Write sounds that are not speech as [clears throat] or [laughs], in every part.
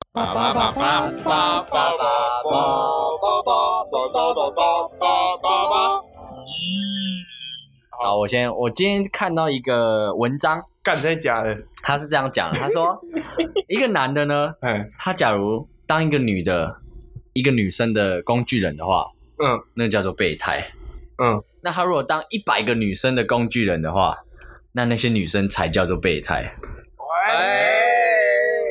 巴巴巴巴巴巴巴巴巴巴嗯巴巴巴巴。好，我先，我今天看到一个文章，干真的假的？他是这样讲的，他 [laughs] 说一个男的呢，哎，他假如当一个女的，一个女生的工具人的话，嗯那叫做备胎。嗯，那他如果当一百个女生的工具人的话，那那些女生才叫做备胎。哎，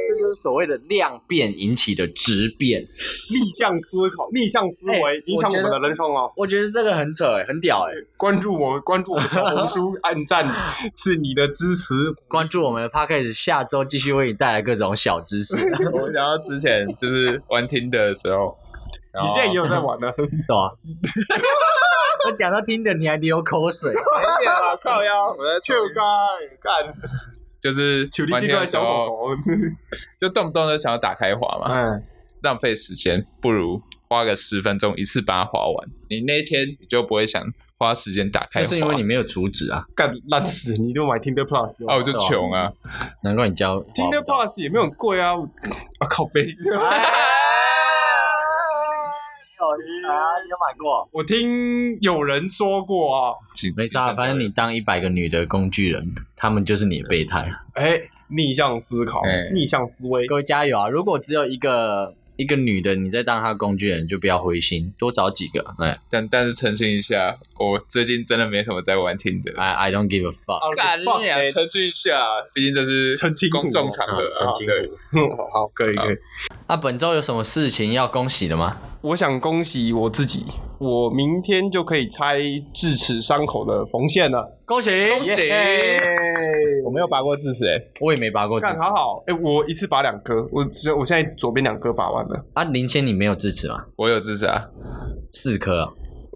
这就是所谓的量变引起的质变。逆向思考、逆向思哎维影响我们的人生哦。我觉得这个很扯、欸，很屌哎、关注我，关注我的小红书，按赞是你的支持。关注我们的 podcast，下周继续为你带来各种小知识，啊 [laughs] 懂我想到之前就是玩听的时候，然你后现在也有在玩 [laughs] 呢？吗？ [laughs] 我讲到听的你还流 [laughs] 口水，没有啦靠腰，我在就该干，就是求你玩这听个的时小狗候，狗。就动不动就想要打开滑哎嘛，嗯，浪费时间，不如花个十分钟一次把它滑完。你那一天你就不会想花时间打开那滑，是因为你没有阻止啊，干烂死，你就买 Tinder Plus 哦啊，我就穷啊，难怪你教 Tinder Plus 也没有很贵啊，我啊靠背，哎啊，你有买过？ [laughs] 我听有人说过啊，没差，反正你当一百个女的工具人，她们就是你的备胎。哎，逆向思考哎，逆向思维，各位加油啊！如果只有一个一个女的你在当她工具人，就不要灰心，多找几个。哎但但是澄清一下，我最近真的没什么在玩听的。 ，I I don't give a fuck。 [laughs] 干你啊！澄清一下，毕竟这是澄清公众场合啊啊，澄清对， [laughs] 好，可以可以。那、啊本周有什么事情要恭喜的吗？我想恭喜我自己，我明天就可以拆智齿伤口的缝线了。恭喜！恭喜！我我没有拔过智齿哎，我也没拔过智干齿好好，哎、我一次拔两颗，我只我现在左边两颗拔完了，啊。林谦，你没有智齿吗？我有智齿啊，四颗、啊，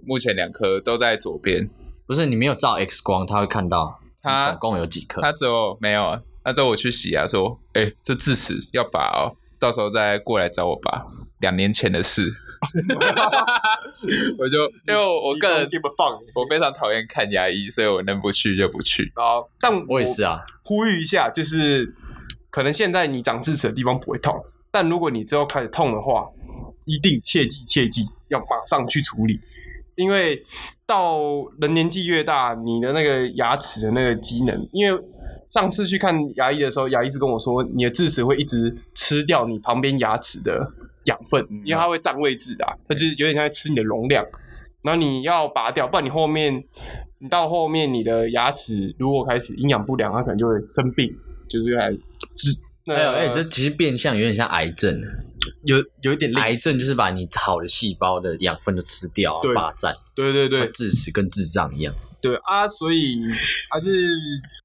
目前两颗都在左边，不是你没有照 X 光，他会看到他你总共有几颗。他只有没有，啊，那之后我去洗牙说，哎、这智齿要拔哦，到时候再过来找我拔。两年前的事， [laughs] 我就因为我我个人 give a fuck。我非常讨厌看牙医，所以我能不去就不去。好，但我也是啊，呼吁一下，就是可能现在你长智齿的地方不会痛，但如果你之后开始痛的话，一定切记切记要马上去处理，因为到人年纪越大，你的那个牙齿的那个机能，因为上次去看牙医的时候，牙医是跟我说，你的智齿会一直吃掉你旁边牙齿的养分，因为它会占位置的啊、它就是有点像在吃你的容量。然后你要拔掉，不然你后面你到后面你的牙齿如果开始营养不良，它可能就会生病，就是来治。那哎呦哎，这其实变相有点像癌症，啊有有一点癌症就是把你好的细胞的养分都吃掉、对啊，霸占，对对对跟智齿跟智障一样。对啊，所以还是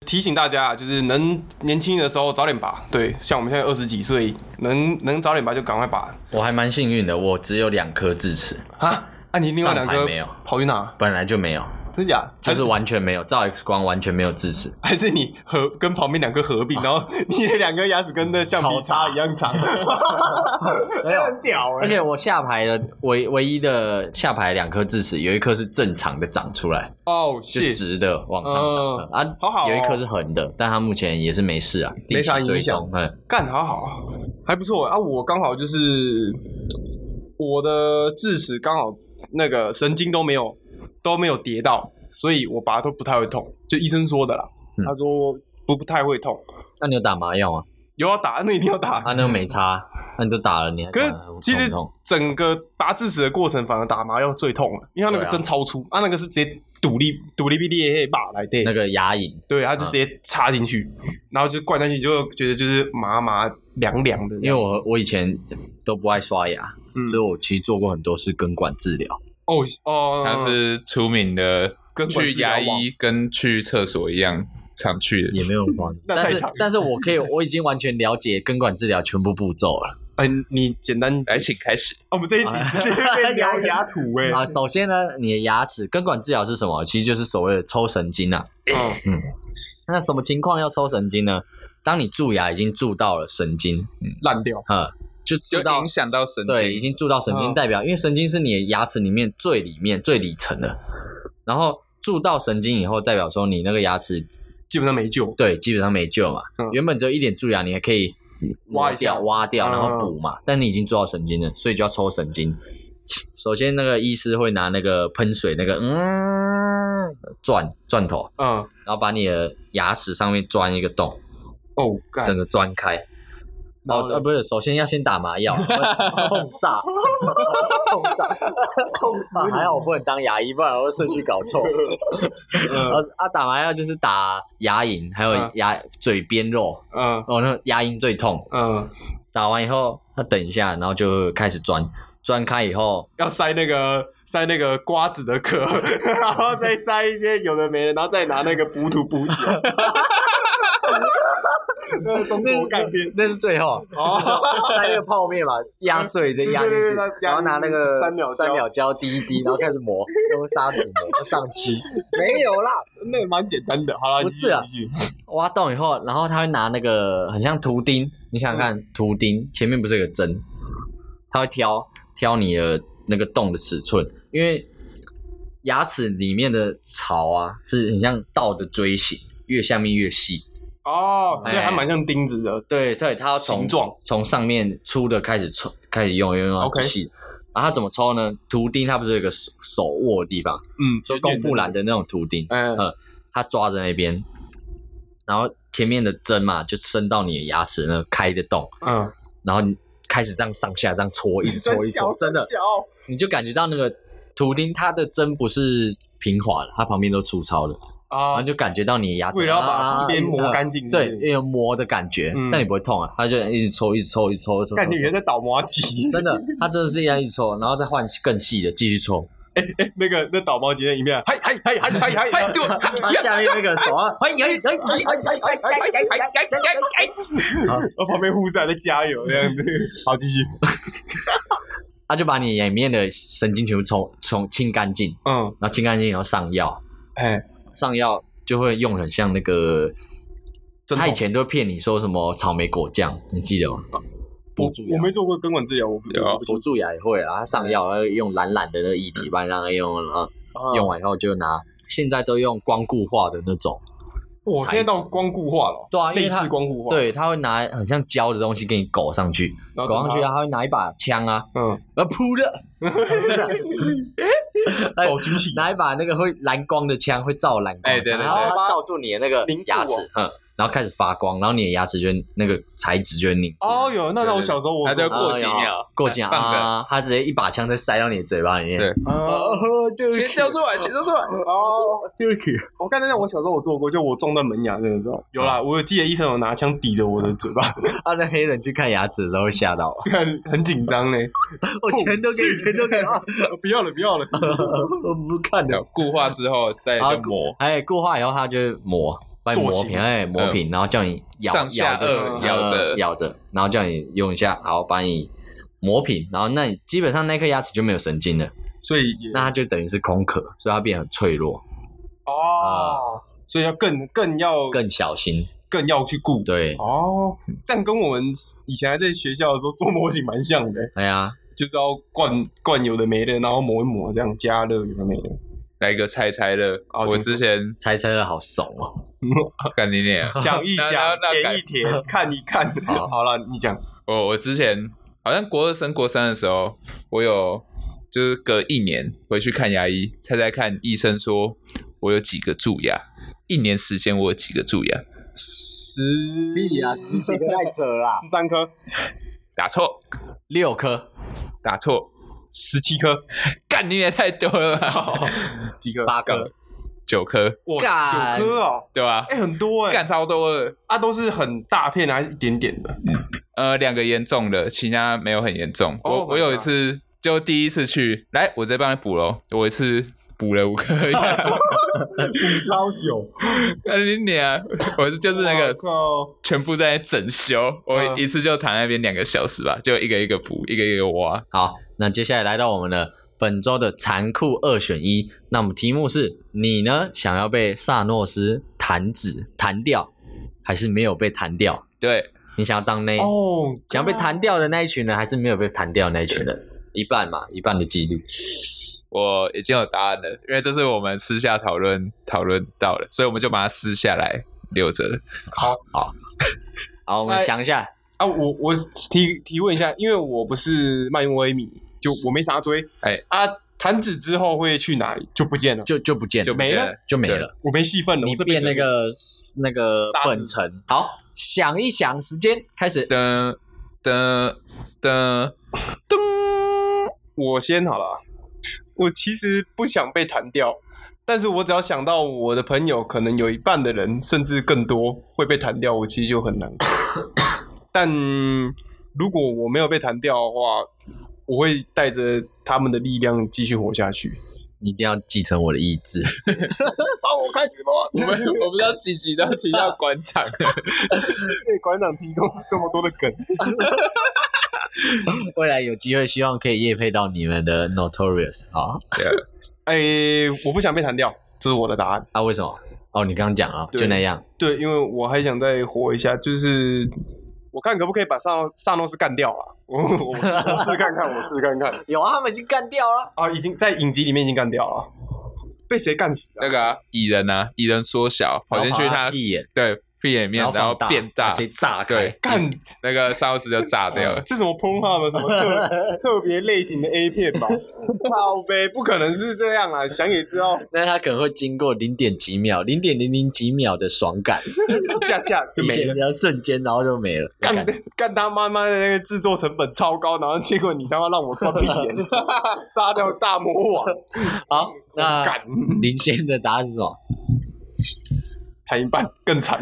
提醒大家，啊就是能年轻的时候早点拔。对，像我们现在二十几岁，能能早点拔就赶快拔我还蛮幸运的，我只有两颗智齿，啊！啊，你另外两上个排没有跑去哪？本来就没有，真假？就是完全没有照 X 光，完全没有智齿。还是你合跟旁边两个合哦并，然后你的两个牙齿跟那橡皮擦一样 [laughs] 长，没有很屌哎、而且我下排的唯唯一的下排两颗智齿，有一颗是正常的长出来，哦，就是直的往上长的、啊，好好哦有一颗是横的，但它目前也是没事啊，没啥定期追影响踪。嗯，干好好，还不错啊！我刚好就是我的智齿刚好那个神经都没有都没有跌到，所以我拔都不太会痛，就医生说的啦，嗯他说不不太会痛，那你有打麻药吗？有要打那一定要打。啊，那个没差，那你就打了，你还嗯可是打了其实痛不痛整个拔智齿的过程，反而打麻药最痛了，因为他那个对啊针超粗，啊，那个是直接堵力堵力比裂把来的，那个牙龈，对，他就直接插进去，然后就灌下去，你就觉得就是麻麻凉凉的这样。因为我我以前都不爱刷牙，嗯所以我其实做过很多次根管 [laughs] 治疗。哦哦，他是出名的，根管去治疗牙王，医跟去厕所一样常去的。也没有很夸张那但太是长了但是我可以，我已经完全了解根管治疗全部步骤了。哎，你简单来，请开始。哦我们这一集直接被聊牙土哎，啊，首先呢，你的牙齿根管治疗是什么？其实就是所谓的抽神经啊。嗯那什么情况要抽神经呢？当你蛀牙已经蛀到了神经，烂掉，嗯，就就蛀到影响到神对，已经，经蛀到神经，嗯代表因为神经是你的牙齿里面最里面最里层的，然后蛀到神经以后，代表说你那个牙齿基本上没救。对基本上没救嘛嗯。原本只有一点蛀牙，你还可以挖一下掉、挖掉，然后嗯补嘛。但你已经做到神经了，所以就要抽神经。首先，那个医师会拿那个喷水那个嗯钻钻头，嗯，然后把你的牙齿上面钻一个洞，哦，干，整个钻开。然哦后，呢呃，不是，首先要先打麻 [laughs] 药，不然痛炸，痛炸，痛炸。还好我不能当牙医，不然我会顺序搞错。嗯呃啊，打麻药就是打牙龈，还有嗯牙、嘴边肉，嗯哦，那牙龈最痛。嗯，打完以后，他等一下，然后就开始钻，钻开以后，要塞那个塞那个瓜子的壳， [laughs] 然后再塞一些有的没的，然后再拿那个补土补起来。 [laughs] 那中国干片那是最后 [laughs] 哦，塞那个泡面嘛，压碎再压进对对对去对对，然后拿那个三秒胶三秒胶滴一滴，然后开始磨，用砂纸磨上漆，没有啦，那蛮简单的。好了，不是啊你继续，挖洞以后，然后他会拿那个很像图钉，你想想嗯看，图钉前面不是有个针，他会挑挑你的那个洞的尺寸，因为牙齿里面的槽啊是很像倒的锥形，越下面越细。哦，所以还哎蛮像钉子的。对，所以他要从形状从上面粗的开始抽，开始用，用用到 OK 细的。然后他怎么抽呢？图钉它不是有一个手手握的地方，嗯，就哎公布栏的那种图钉，嗯呃，他抓着那边，然后前面的针嘛就伸到你的牙齿那个开的洞，嗯，然后你开始这样上下这样戳，一直 [laughs] 戳，一直戳，真的，小你就感觉到那个图钉它的针不是平滑的，它旁边都粗糙的，然啊后，就感觉到你的牙齿为了要把啊一边磨呃干净，对，有磨的感觉，嗯但你不会痛啊，他就一直抽，一直抽，一直抽，一直抽，感抽觉抽在倒麻吉。真的，他真的是一样一直抽，然后再换更细的继续抽， [laughs] 那个那倒毛吉的影啊片，嗨嗨嗨嗨嗨嗨，对，然后下面那个手啊，哎呀哎呀哎呀哎呀哎呀哎呀哎呀哎呀哎呀，然后旁边护士还在加油这 [laughs] 样子。好，继续，他就把你眼面的神经全部抽冲清干净，嗯，然后清干净以后上药，哎，上药就会用很像那个，针筒他以前都骗你说什么草莓果酱，你记得吗？补蛀我牙我没做过根管治疗，我不有啊哦我不嗯补蛀牙也会啊，他上药然后用蓝蓝的那个液体把你让他用，然后啊用完以后就拿，现在都用光固化的那种，我现在到材质光固化了，对啊因为类它似光固化，，对，他会拿很像胶的东西给你搞上去，然后搞上去啊，他会拿一把枪啊，嗯，然后 [laughs] 噗的，不是啊手举起，拿一把那个会蓝光的枪，会照蓝光的哎对枪，对然后对它照住你的那个凝固牙哦齿，嗯，然后开始发光，然后你的牙齿就会那个材质就会凝固。哦，有，那那我对对对小时候我还在过几几秒，哎过几秒放着啊，他直接一把枪再塞到你的嘴巴里面。对啊，对钱掉出来，钱掉出来，哦，对不起，我刚才讲，我小时候我做过，就我撞到门牙那个时候，有啦，我有记得医生有拿枪抵着我的嘴巴， [laughs] 啊，那黑人去看牙齿的时候会 [laughs] 吓到，很很紧张嘞，我全都给哦是你，全都给你，啊 [laughs] 不要了，不要了，我不看有了。固化之后再啊就磨，哎，固化以后他就磨，把你塑磨形平，哎，磨平，然后叫你咬嗯上下咬一个颚指咬着呃咬着，然后叫你用一下，好，把你磨平，然后那你基本上那颗牙齿就没有神经了。所以也那它就等于是空壳，所以它变得很脆弱，啊哦，所以要更更要更小心。更要去顾。对，哦，这样跟我们以前还在学校的时候做模型蛮像的，哎呀，就是要灌灌有的没的，然后抹一抹，这样加热有的没 [laughs] 的。来一个猜猜乐。哦我请之前猜猜的好怂 [laughs] 哦。干你脸，想一想那那，那填改一填，看一 [laughs] 看。好好了，你讲。我我之前好像国二升国三的时候，我有就是隔一年回去看牙医，猜猜看，医生说我有几个蛀牙，一年时间我有几个蛀牙，十啊十几个太扯啦，十三颗，打错，六颗、打错，十七颗，干你也太多了吧，几颗？八颗，九颗，哇，干九颗哦，对吧、哎，很多 [laughs] 哎干，超多了，啊，都是很大片还是一点点的？呃，两个严重的，其他没有很严重。我 Oh my 我有一次就第一次去，来，我直接帮你补喽，我一次补了五颗 [laughs] 牙，超久，干你脸，我是就是那个靠，全部在整修，我嗯一次就躺在那边两个小时吧，就一个一个补，一个一个挖。好，那接下来来到我们的本周的残酷二选一，那我们题目是你呢想要被萨诺斯弹指弹掉，还是没有被弹掉？对，你想要当哎那、哦，想要被弹掉的那一群呢，还是没有被弹掉的那一群人？一半嘛，一半的几率。我已经有答案了，因为这是我们私下讨论讨论到了，所以我们就把它撕下来留着。好，我们哎想一下，啊，我我提提问一下，因为我不是漫威迷，就我没啥追。哎啊，弹指之后会去哪里？就不见了，就就不见了，就不见没了了就没了。我没戏份了。你我这辈变子那个那个沙子粉尘。好，想一想，时间开始。噔噔 [laughs] 噔，我先好了。我其实不想被弹掉，但是我只要想到我的朋友可能有一半的人，甚至更多会被弹掉，我其实就很 [coughs] 难过。但如果我没有被弹掉的话，我会带着他们的力量继续活下去。你一定要继承我的意志。 [laughs] 好，我开始吧。我们我不知道几集都提到馆长了，谢谢馆长提供这么多的梗。未来有机会，希望可以夜配到你们的 Notorious 好哎、我不想被弹掉，这是我的答案。啊，为什么？哦，你刚刚讲啊，对就那样。对，因为我还想再活一下，就是我看可不可以把萨诺萨诺斯干掉了。我我试我试看看，我试看看。有啊，他们已经干掉了。啊，已经在影集里面已经干掉了，被谁干死的、那个啊蚁人啊，蚁人缩小，跑进去然后把他屁眼，对闭眼面，然然后后放变大，直接炸开。嗯对，干，那个沙子就炸掉 [laughs] 了。这什么 p o 的什么特特别类型的 A 片吧？靠呗，不可能是这样啊！想也知道，那他可能会经过零点几秒、零点零零几秒的 [laughs] 爽感，下下就没了。然后瞬间，然后就没了。干干他妈妈的那个制作成本超高，然后结果你他妈让我赚屁眼，杀掉大魔王，好，那干林轩的答案是什么？砍一半更惨，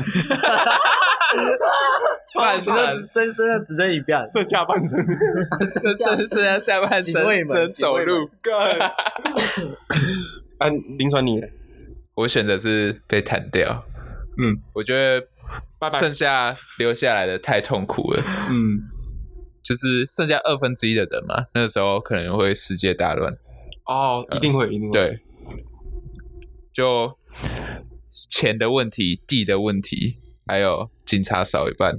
半只残只深深的只剩一半，剩下半身就剩剩下下半身，警卫们只能走警卫路。干。 [laughs] 啊，林传你，我选择是被弹掉，嗯，我觉得拜拜，剩下留下来的太痛苦了，嗯。就是剩下二分之一的人嘛，那个时候可能会世界大乱。嗯哦，一定会，一定会。，对，就钱的问题、地的问题，还有警察少一半。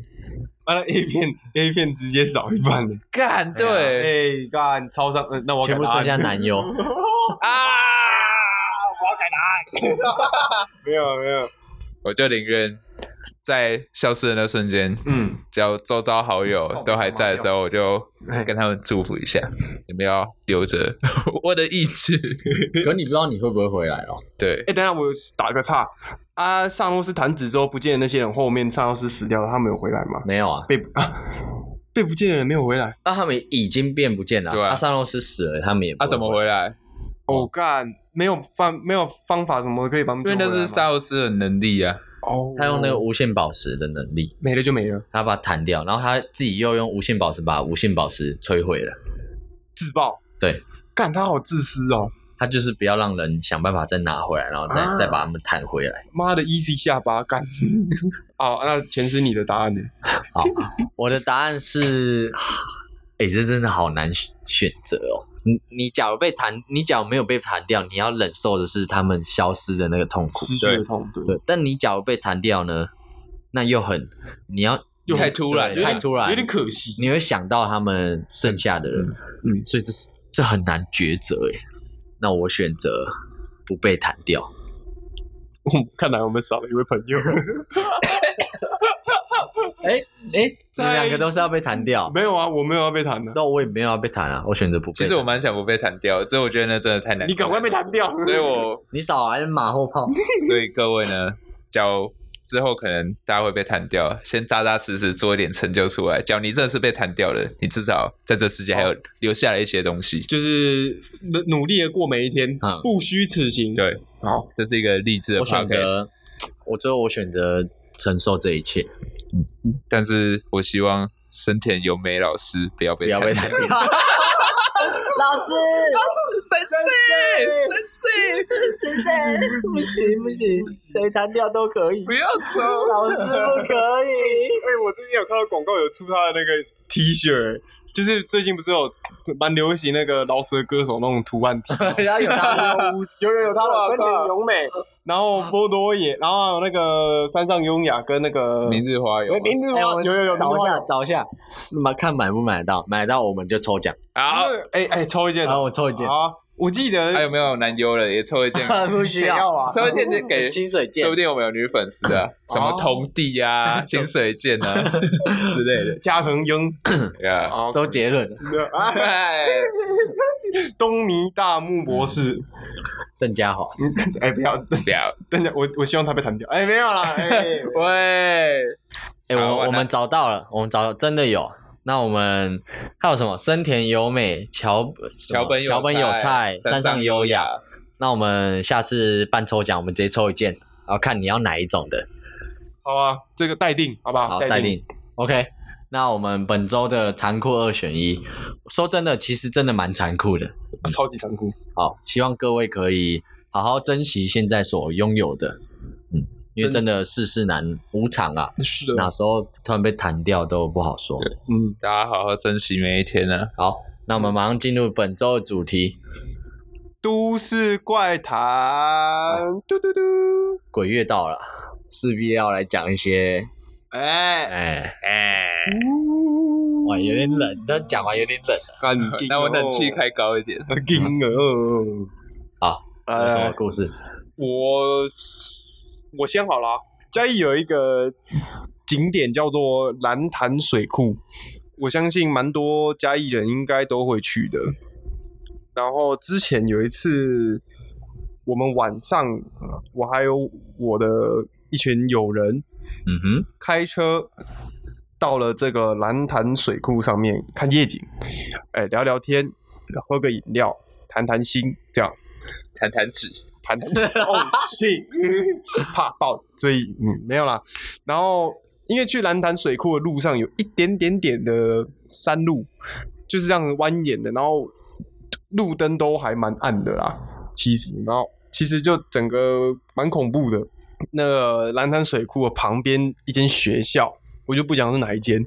完了啊 A 片 A 片直接少一半了。干哎、对干超商，呃那我要 [laughs] 全部改答剩案下 [laughs] 男优。啊， [laughs] 没有没有，我就宁愿在消失的那瞬间，嗯，只要周遭好友都还在的时候，我就哎跟他们祝福一 [laughs] 下，你们要留着 [laughs] 我的意志。 [laughs] 可你不知道你会不会回来哦。对哎、，等一下我打个岔啊，萨诺斯弹指之后不见的那些人，后面萨诺斯死掉了，他们有回来吗？没有啊，被啊被不见的人没有回来。那他们已经变不见了。对啊阿萨诺斯死了，他们也不他、啊会怎么？回来？哦，干，没有方没有方法什么可以帮他们因为救回那来吗，是萨欧斯的能力啊。哦，他用那个无限宝石的能力，没了就没了，他把它弹掉，然后他自己又用无限宝石把无限宝石摧毁了。自爆。对，干他好自私哦，他就是不要让人想办法再拿回来，然后再、啊再把他们弹回来。妈的，easy 下巴干。好，那钱是你的答案呢？好，我的答案是，哎、这真的好难选选择哦。你你假如被弹，你假如没有被弹掉，你要忍受的是他们消失的那个痛苦。失去的痛，对，对，但你假如被弹掉呢，那又很，你要又太突然对了太突然，有点可惜。你会想到他们剩下的人，嗯嗯所以这是这很难抉择诶。那我选择不被弹掉，看来我们少了一位朋友。哎哎，你在们两个都是要被弹掉，没有啊，我没有要被弹的、那我也没有要被弹啊，我选择不被其弹。实我蛮想不被弹掉，只是我觉得那真的太难。你赶快被弹掉。所以我你少来马后炮，所以各位呢，叫之后可能大家会被弹掉，先扎扎实实做一点成就出来。假如你真的是被弹掉了，你至少在这世界还有留下了一些东西。就是努力的过每一天，嗯不虚此行。，对，好，这是一个励志的我选 podcast，择，我最后我选择承受这一切，但是我希望深田由美老师不要不被要被掉弹 [laughs] 掉。老师，不行不行，谁弹掉都可以。不要走。老师不可以。哎、我最近有看到广告有出他的那个 T 恤，哎就是最近不是有蛮流行那个饶舌歌手那种图案 T，然后有他，有有有他的哇森田由美，然后波多野，然后还有那个山上优雅跟那个明日花园哎明日 [laughs] 哎，我花们有有有找一明日花下有找一下，买看买不买得到，买到我们就抽奖，好，哎哎抽一件，然后我抽一件，好，啊我记得还有没有男优了？也抽一 [laughs] 件，不需谁要要啊，抽一件就给，清水说剑不，定我们有女粉丝啊，哦 [laughs] 什么童弟 [laughs] 啊、清水剑啊之类的。加藤鹰 Yeah 啊，周杰伦、啊哎东尼大木博士，邓家华，嗯哎，不要，不要等等，我我希望他被弹掉。哎，没有啦， [laughs] 哎，喂，哎、查完我了我们找到了，我们找到真的有。那我们还有什么？深田由美、桥什么桥本桥本有菜、山上优雅。雅，那我们下次办抽奖，我们直接抽一件，然后看你要哪一种的。好啊，这个待定，好不好，好？待。定。OK，那我们本周的残酷二选一，说真的，其实真的蛮残酷的。啊超级残酷。好，希望各位可以好好珍惜现在所拥有的，嗯，因为真的世事难无常啊，是的，哪时候突然被弹掉都不好说。嗯，大家好好珍惜每一天啊！好，那我们马上进入本周的主题都市怪谈，嘟嘟嘟， ——鬼月到了，势必要来讲一些，哎，哎哎，哇，有点冷，但讲完有点冷。啊干那我冷 [laughs] 气，开高一点。劲哦。好，哎有什么故事？我我先好了啊。嘉义有一个景点叫做蓝潭水库，我相信蛮多嘉义人应该都会去的。然后之前有一次，我们晚上我还有我的一群友人嗯哼，开车到了这个蓝潭水库上面看夜景，哎，聊聊天，喝个饮料，谈谈心，这样。弹弹指，弹弹哦，是 [laughs] 怕爆，所以嗯没有啦。然后因为去蓝潭水库的路上有一点点点的山路，就是这样蜿蜒的，然后路灯都还蛮暗的啦，其实，然后其实就整个蛮恐怖的。那个蓝潭水库的旁边一间学校，我就不讲是哪一间。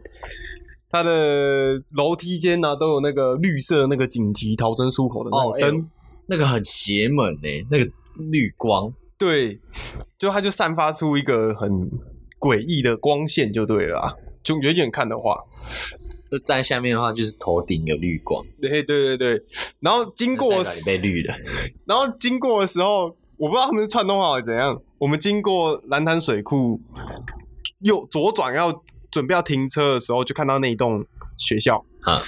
它的楼梯间呢、都有那个绿色那个紧急逃生出口的那哦个哎灯、那个很邪门呢、那个绿光，对，就它就散发出一个很诡异的光线，就对了啊、就远远看的话，就站在下面的话，就是头顶有绿光，对对对对。然后经过那代，表你被绿了。然后经过的时候，我不知道他们是串通好还是怎样。我们经过蓝潭水库，右左转要准备要停车的时候，就看到那一栋学校啊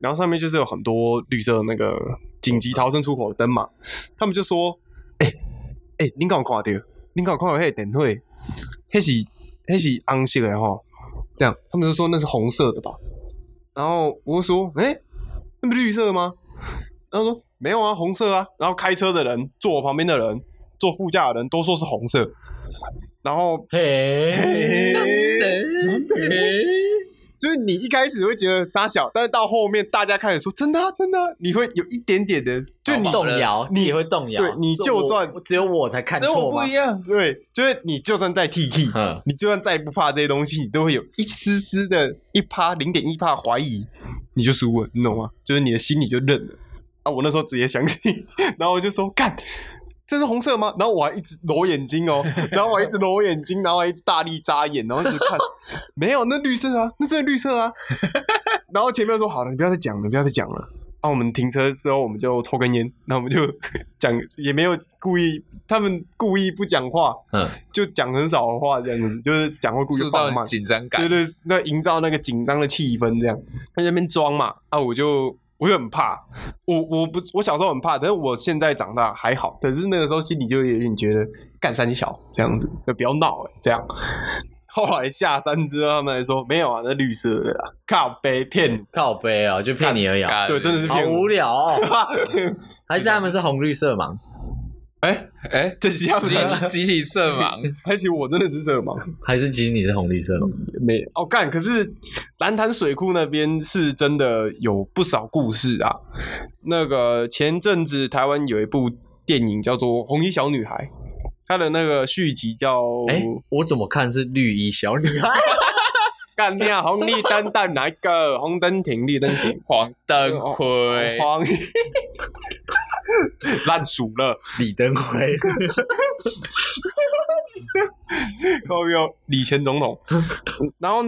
然后上面就是有很多绿色的那个紧急逃生出口的灯嘛，他们就说：“哎、欸、哎、欸，你敢有看到？你敢有看到那个灯会？那是那是红色的吼？这样，他们就说那是红色的吧。然后我就说：哎、欸，那不绿色的吗？然后说没有啊，红色啊。然后开车的人、坐我旁边的人、坐副驾的人都说是红色。然后嘿，就是你一开始会觉得傻小，但是到后面大家开始说真的、啊、真的啊、你会有一点点的，就你动摇，你你也会动摇。对你是就我算只有我才看这我错不吗一？样，对，就是你就算再 T T，嗯，你就算再不怕这些东西，你都会有一丝丝的一趴零点一趴怀疑，你就输了，你懂吗？就是你的心里就认了。啊，我那时候直接相信， [laughs] 然后我就说干。这是红色吗？然后我还一直揉眼睛哦， [laughs] 然后我还一直揉眼睛，然后我还一直大力眨眼，然后一直看， [laughs] 没有，那绿色啊，那真的绿色啊。 [laughs] 然后前面说好了，你不要再讲了，不要再讲了。那、我们停车之后，我们就抽根烟，那我们就讲，也没有故意，他们故意不讲话，嗯，就讲很少的话，这样子，就是讲会故意塑放造慢，紧张对感。对，那营造那个紧张的气氛，这样在那边装嘛，啊，我就我就很怕，我我不我小时候很怕，但是我现在长大还好，可是那个时候心里就有点觉得干三小这样子，就不要闹了、这样。后来下山之后，他们还说没有啊，那绿色的啦，靠北骗，靠背啊，就骗你而已啊。啊对，真的是好骗我 [laughs] 无。聊哦，还是他们是红绿色盲？哎、哎，这集要不集讲，集体色 [laughs] 盲，而且我真的是色盲。还是其实你是红绿色盲？没哦，干！可是蓝潭水库那边是真的有不少故事啊。那个前阵子台湾有一部电影叫做《红衣小女孩》，它的那个续集叫哎，《我怎么看是绿衣小女 [laughs] 孩？干你啊红绿灯带哪一个？红灯停，绿灯行。黄灯哎辉，黄 [laughs] 烂熟了，李登 [laughs] 辉，后有李前总统。 [laughs] 然后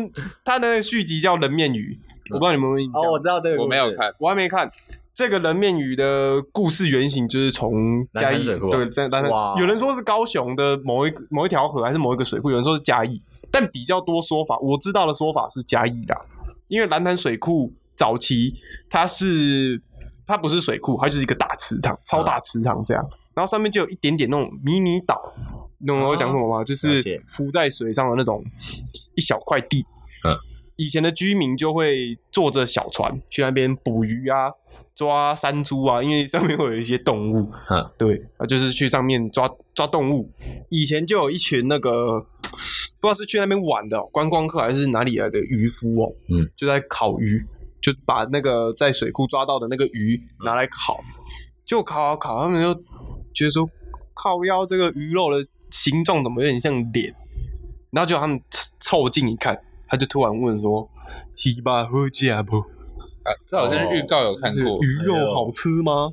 他的续集叫《人面鱼》，我不知道你们有没有印象。哦，我知道这个故事，我没有看，我还没看，这个人面鱼的故事原型就是从南嘉山义水库啊对，在南哇山，有人说是高雄的某一个某一条河，还是某一个水库，有人说是嘉义，但比较多说法，我知道的说法是嘉义啦，因为蓝潭水库早期它是它不是水库，它就是一个大池嗯塘，超大池塘这样，然后上面就有一点点那种迷你岛，你懂我讲什么吗？就嗯了是解浮在水上的那种一小块地。嗯，以前的居民就会坐着小船去那边捕鱼啊，抓山猪啊，因为上面会有一些动物。嗯，对啊，就是去上面抓抓动物。以前就有一群那个不知道是去那边玩的哦、观光客还是哪里来的渔夫哦，嗯，就在烤鱼，就把那个在水库抓到的那个鱼拿来烤，就烤啊烤，他们就觉得说靠腰这个鱼肉的形状怎么有点像脸，然后就他们凑凑近一看，他就突然问说：“西巴喝假不？啊，这好像是预告有看过， [laughs] 鱼肉好吃吗？”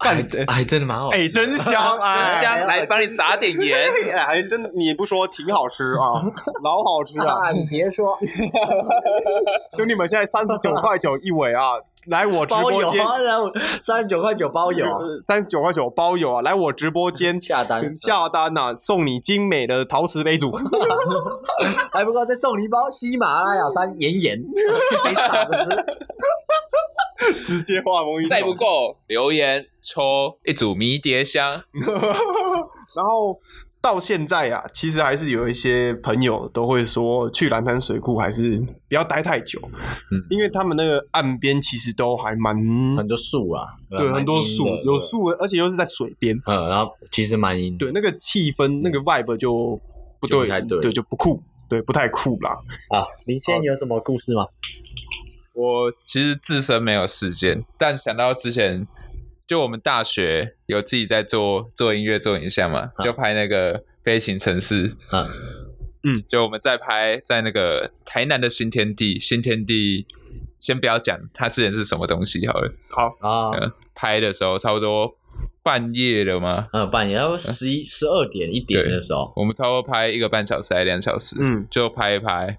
干 [laughs] 哎哎哎，真的蛮好吃的，哎，真香哎！香来帮你撒点盐。哎，还真的，你不说挺好吃啊，老好吃啊！啊，你别说，兄弟们，现在三十九块九一尾啊，来我直包播邮间，啊，然后三十九块九 [laughs] 包邮，三十九块九包邮啊，来我直播间 [laughs] 下单嗯下单呐、送你精美的陶瓷杯 [laughs] 组。还不够，再送你一包喜马拉雅山岩 [laughs] 盐，你傻子是？直接画龙 [laughs] 一再不够，留言抽一组迷迭香。 [laughs] 然后到现在啊，其实还是有一些朋友都会说，去蓝潭水库还是不要待太久，嗯因为他们那个岸边其实都还蛮很多树啊，对，蛮很多阴树的有，树，而且又是在水边，对嗯，然后其实蛮阴的，对，那个气氛、那个 vibe 就不嗯就不对，太对对，就不酷，对，不太酷啦。啊。你现在有什么故事吗？我其实自身没有事件，但想到之前就我们大学有自己在做做音乐、做影像嘛，就拍那个《飞行城市》。啊嗯，就我们在拍在那个台南的新天地，新天地先不要讲它之前是什么东西好了。啊，嗯呃拍的时候差不多半夜了吗？嗯，半夜，然后十一、十二点、一点的时候，我们差不多拍一个半小时还是两小时，嗯，就拍一拍。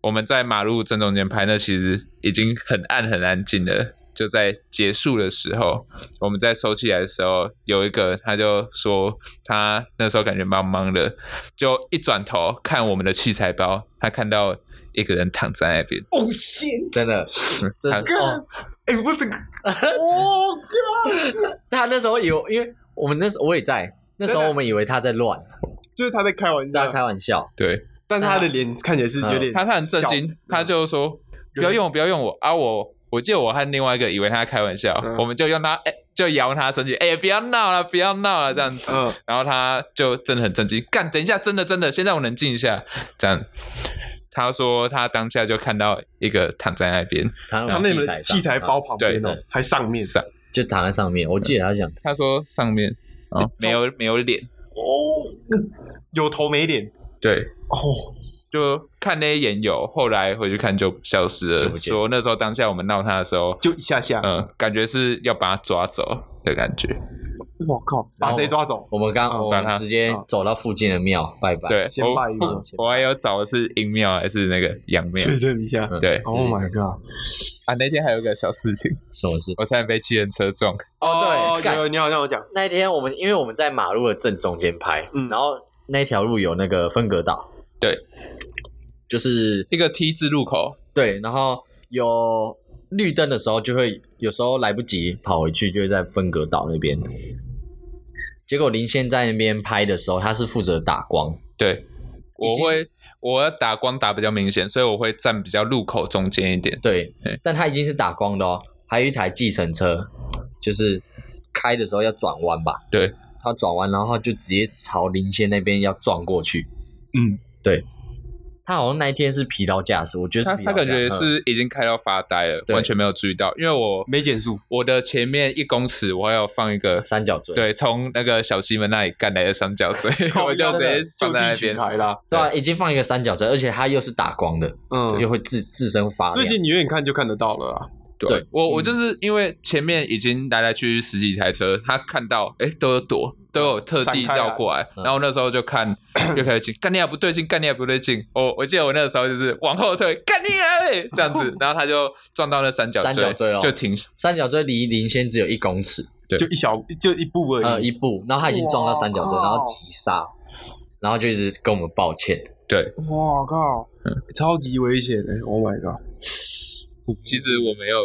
我们在马路正中间拍，那其实已经很暗很安静了。就在结束的时候，我们在收起来的时候，有一个他就说他那时候感觉茫茫的，就一转头看我们的器材包，他看到一个人躺在那边，哦，天，真的，嗯这是哦，哎，我这个，哦，他那时候有，因为我们那时候我也在，那时候我们以为他在乱，就是他在开玩大笑家，开玩哦笑，对但他的脸看起来是有点，嗯他他很震惊，他就说嗯不要用我不要用我啊我。我记得我和另外一个以为他在开玩笑，嗯我们就用他，哎、就摇他身体，哎、不要闹了，不要闹了，这样子。嗯，然后他就真的很震惊，干，等一下，真的真的，先让我冷静一下。这样，他说他当下就看到一个躺在那边，他他那个器材嗯包旁边哦对，还上嗯嗯面，上，就躺在上面，我记得他讲，他说上面、哦、没有没有脸，哦，有头没脸，对，哦，就看那一眼有，后来回去看就消失就了。不见了说那时候当下我们闹他的时候，就一下下，嗯，感觉是要把他抓走的感觉。我靠，把谁抓走？我们刚嗯我把他们直接走到附近的庙拜拜，对，先我拜一个我还有找的是阴庙还是那个阳庙确？认一下嗯对，Oh my god！啊，那天还有一个小事情，什么事？我差点被汽人车撞。哦对干有有你好像有讲，那一天我们因为我们在马路的正中间拍，嗯然后那条路有那个分隔岛，对，就是一个 T 字路口，对，然后有绿灯的时候，就会有时候来不及跑回去，就会在分隔岛那边。结果林先在那边拍的时候，他是负责打光，对，我已经是会我要打光打比较明显，所以我会站比较路口中间一点。对对，但他已经是打光的哦。还有一台计程车，就是开的时候要转弯吧，对，他转弯，然后他就直接朝林先那边要撞过去。嗯，对，他好像那一天是疲劳驾驶，我觉得他是疲他劳驾感驶，觉嗯是已经开到发呆了，对完全没有注意到，因为我没减速，我的前面一公尺，我还有放一个三角锥，对，从那个小西门那里干来的三角锥， [laughs] [laughs] 我就直接放真的就在地那取边。材啦，对啊，已经放一个三角锥，而且它又是打光的，嗯又会自自身发所以亮其。实你远看就看得到了啊啦。对对嗯我，我就是因为前面已经来来去去十几台车，他看到哎都有躲，都哦有特地绕过来，嗯然后那时候就 [clears throat] 看就开始进，干你啊不对劲，干你啊不对劲。我我记得我那个时候就是往后退，干你啊嘞这样 [laughs] 子，然后他就撞到那三角三角锥哦就停。三角锥离零先只有一公尺，就一小就一步而已。呃，一步，然后他已经撞到三角锥，哇然后急刹，然后就一直跟我们抱歉。对，哇靠，嗯超级危险的、o h my god！其实我没有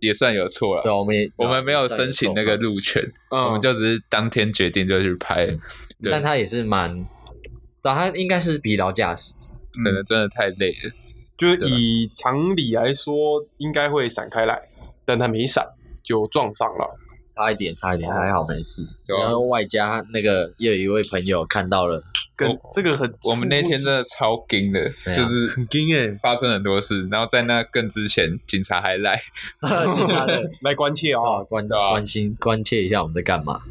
也算有错嗯对了，啊，我们也我们没有申请那个，对啊路权，嗯我们就只是当天决定就去拍，对嗯但他也是蛮，对啊，他应该是疲劳驾驶，可能真的太累了。就是对吧以常理来说，应该会闪开来，但他没闪，就撞上了。差一点，差一点，还好没事。对啊然后外加那个又有一位朋友看到 [laughs] 了，跟这个很，我们那天真的超惊的，对啊就是很惊哎、发生很多事，然后在那更之前，警察还来，就他的来关切哦哦，关对啊关心关切一下我们在干嘛。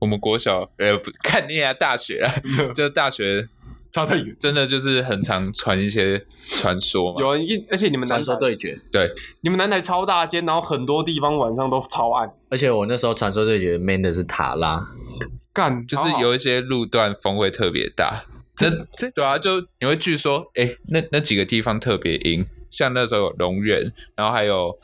我们国小呃不看你啊，大学啊，就大学差太远。真的就是很常传一些传说嘛，有人一，而且你们南传说台，对决，对，你们南台超大间，然后很多地方晚上都超暗，而且我那时候传说对决 man 的是塔拉，干就是有一些路段风会特别大，这这对啊，就你会据说，哎、那那几个地方特别阴，像那时候有龙源，然后还有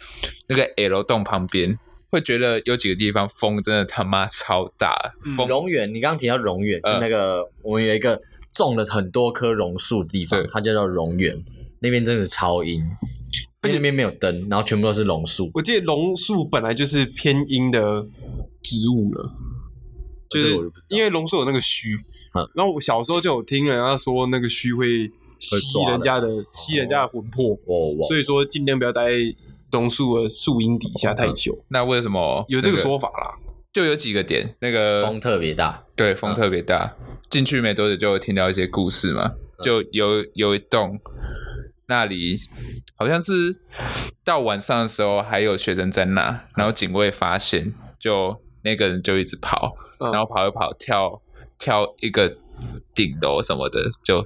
那个 L 洞旁边，会觉得有几个地方风真的他妈超大，嗯风荣远，你刚刚提到荣远呃是那个、我们有一个种了很多棵榕树的地方对，它叫做荣远，那边真的超阴，而因且为那边没有灯，然后全部都是榕树，我记得榕树本来就是偏阴的植物了，就哦这是个我就不知道因为榕树有那个须嗯，然后我小时候就有听人家说那个须会吸抓人家的吸人家的魂魄，哦哇，所以说尽量不要待榕树的树荫底嗯下太久，那为什么有这个那说法啦。就有几个点，那个风特嗯别大，对，风特别大。进去没多久就有听到一些故事嘛，嗯就有有一栋那里好像是到晚上的时候还有学生在嗯那，然后警卫发现，就那个人就一直跑，嗯然后跑一跑跳跳一个顶楼什么的，就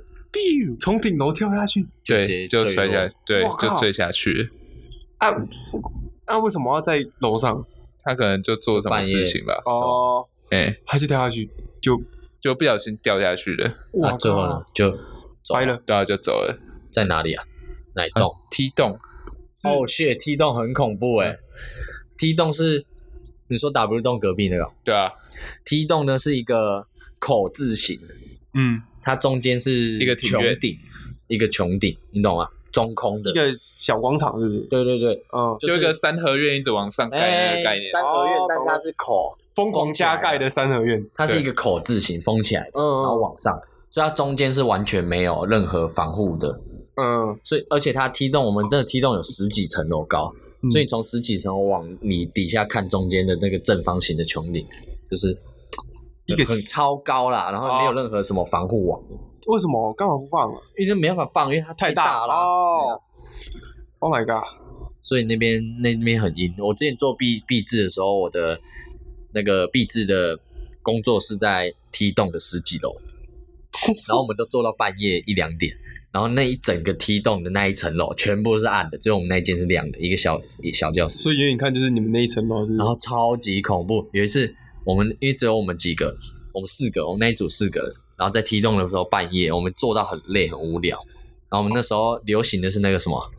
从顶楼跳下去就直对接就坠摔落下，对哇靠就坠下去了。啊啊！为什么要在楼上？他可能就做什么半夜事情吧，哦，哎、他就掉下去就就不小心掉下去了，那啊最后呢？就走掰了，对啊，就走了。在哪里啊？哪一栋？踢洞，嗯是哦，谢梯洞很恐怖哎、梯洞是你说 W 洞隔壁那个对啊，梯洞呢是一个口字形，嗯，它中间是一个庭穹院顶，一个穹顶，你懂吗？中空的一，个小广场是不是？对对对，嗯，就就一是哎个三合院一直往上盖的那个概念。三合院哦，但是它是口，疯狂加盖的三合院，它是一个口字形封起来的，然后嗯往上，所以它中间是完全没有任何防护的。嗯，所以，而且它梯洞，我们那个梯洞有十几层楼高，嗯所以从十几层楼往你底下看，中间的那个正方形的穹顶，就是一个哦很超高啦，然后没有任何什么防护网，为什么干嘛不放啊？因为没办法放，因为它太大了啦，哦！Oh my god！所以那边那那边很阴。我之前做壁壁制的时候，我的那个壁制的工作是在梯洞的十几楼，然后我们都做到半夜一两点，然后那一整个梯洞的那一层楼全部都是暗的，只有我们那一间是亮的，一个小一小教室，所以远远看就是你们那一层楼是不然是，后超级恐怖。有一次我们因为只有我们几个，我们四个，我们那一组四个人，然后在梯洞的时候半夜，我们做到很累很无聊，然后我们那时候流行的是那个什么。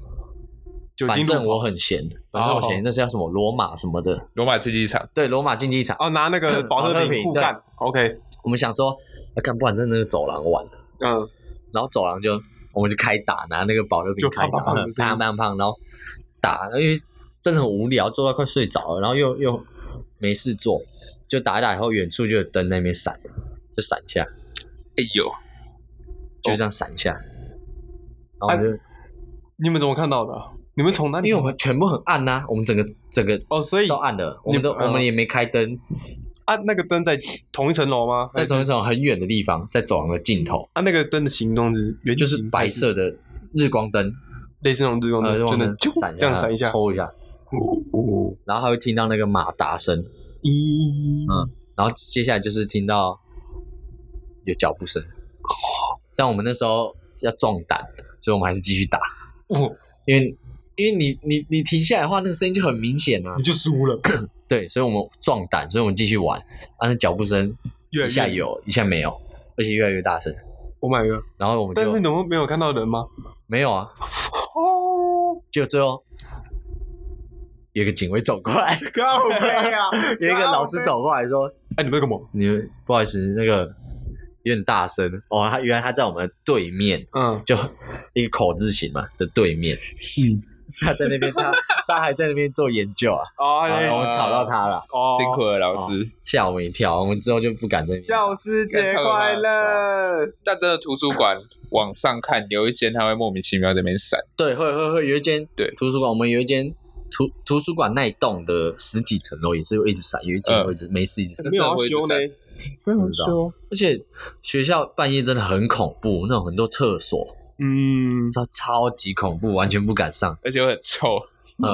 酒反精正路我跑很闲，反哦正我闲，那是叫什么罗马什么的，罗马竞技场，对，罗马竞技场。哦，拿那个保特嗯保特瓶瓶互干，OK，我们想说，啊，干不然在那个走廊玩，嗯，然后走廊就我们就开打，拿那个保乐瓶就开打，砰砰砰的声音砰砰砰，然后打，因为真的很无聊，做到快睡着了，然后又又没事做，就打一打以后，远处就有灯在那边闪，就闪一下，哎呦，就这样闪一下，然后我们就、你们怎么看到的哦啊？你们从哪里？因为我们全部很暗呐、我们整个整个哦，所以都暗了，我们都你们我们也没开灯，啊，那个灯在同一层楼吗？在走一走很远的地方，在走廊的尽头。啊，那个灯的形状是圆就是形嗯白还是色的日光灯，类似那种日光呃，日灯，真光的灯就闪这样闪一下，抽一下，哦，然后还会听到那个马达声，一，嗯然后接下来就是听到有脚步 [laughs] 声。但我们那时候要壮胆，所以我们还是继续打，哦，因为因为你你你停下来的话，那个声音就很明显啊你。就输了，对，所以我们壮胆，所以我们继续玩。但是脚步声越来一下越有，一下没有，而且越来越大声。 [laughs] ，Oh my god！然后我们但就是你们没有看到人吗？没有啊，哦，就最后有一个警卫走过来，靠背！啊 [laughs] 啊有一个老师走过来说哎，你们在干嘛？：“你们不好意思，那个有点大声哦。”他原来他在我们的对面，嗯，就一个口字形嘛的对面。嗯，他在那边， [laughs] 他他还在那边做研究啊，哎然后我哦们吵到他了，辛苦了老师。吓我们一跳，我们之后就不敢在那边教师节哦快乐！但真的图书馆往上看，有一间它会莫名其妙在那边闪。对，会会会有一间对图书馆，我们有一间图图书馆那一栋的十几层楼也是会一直闪，有一间嗯会一直、没事一直闪没，有啊要修呢，没有要修，而且学校半夜真的很恐怖，那种很多厕所嗯，超超级恐怖，完全不敢上。而且会很臭。嗯，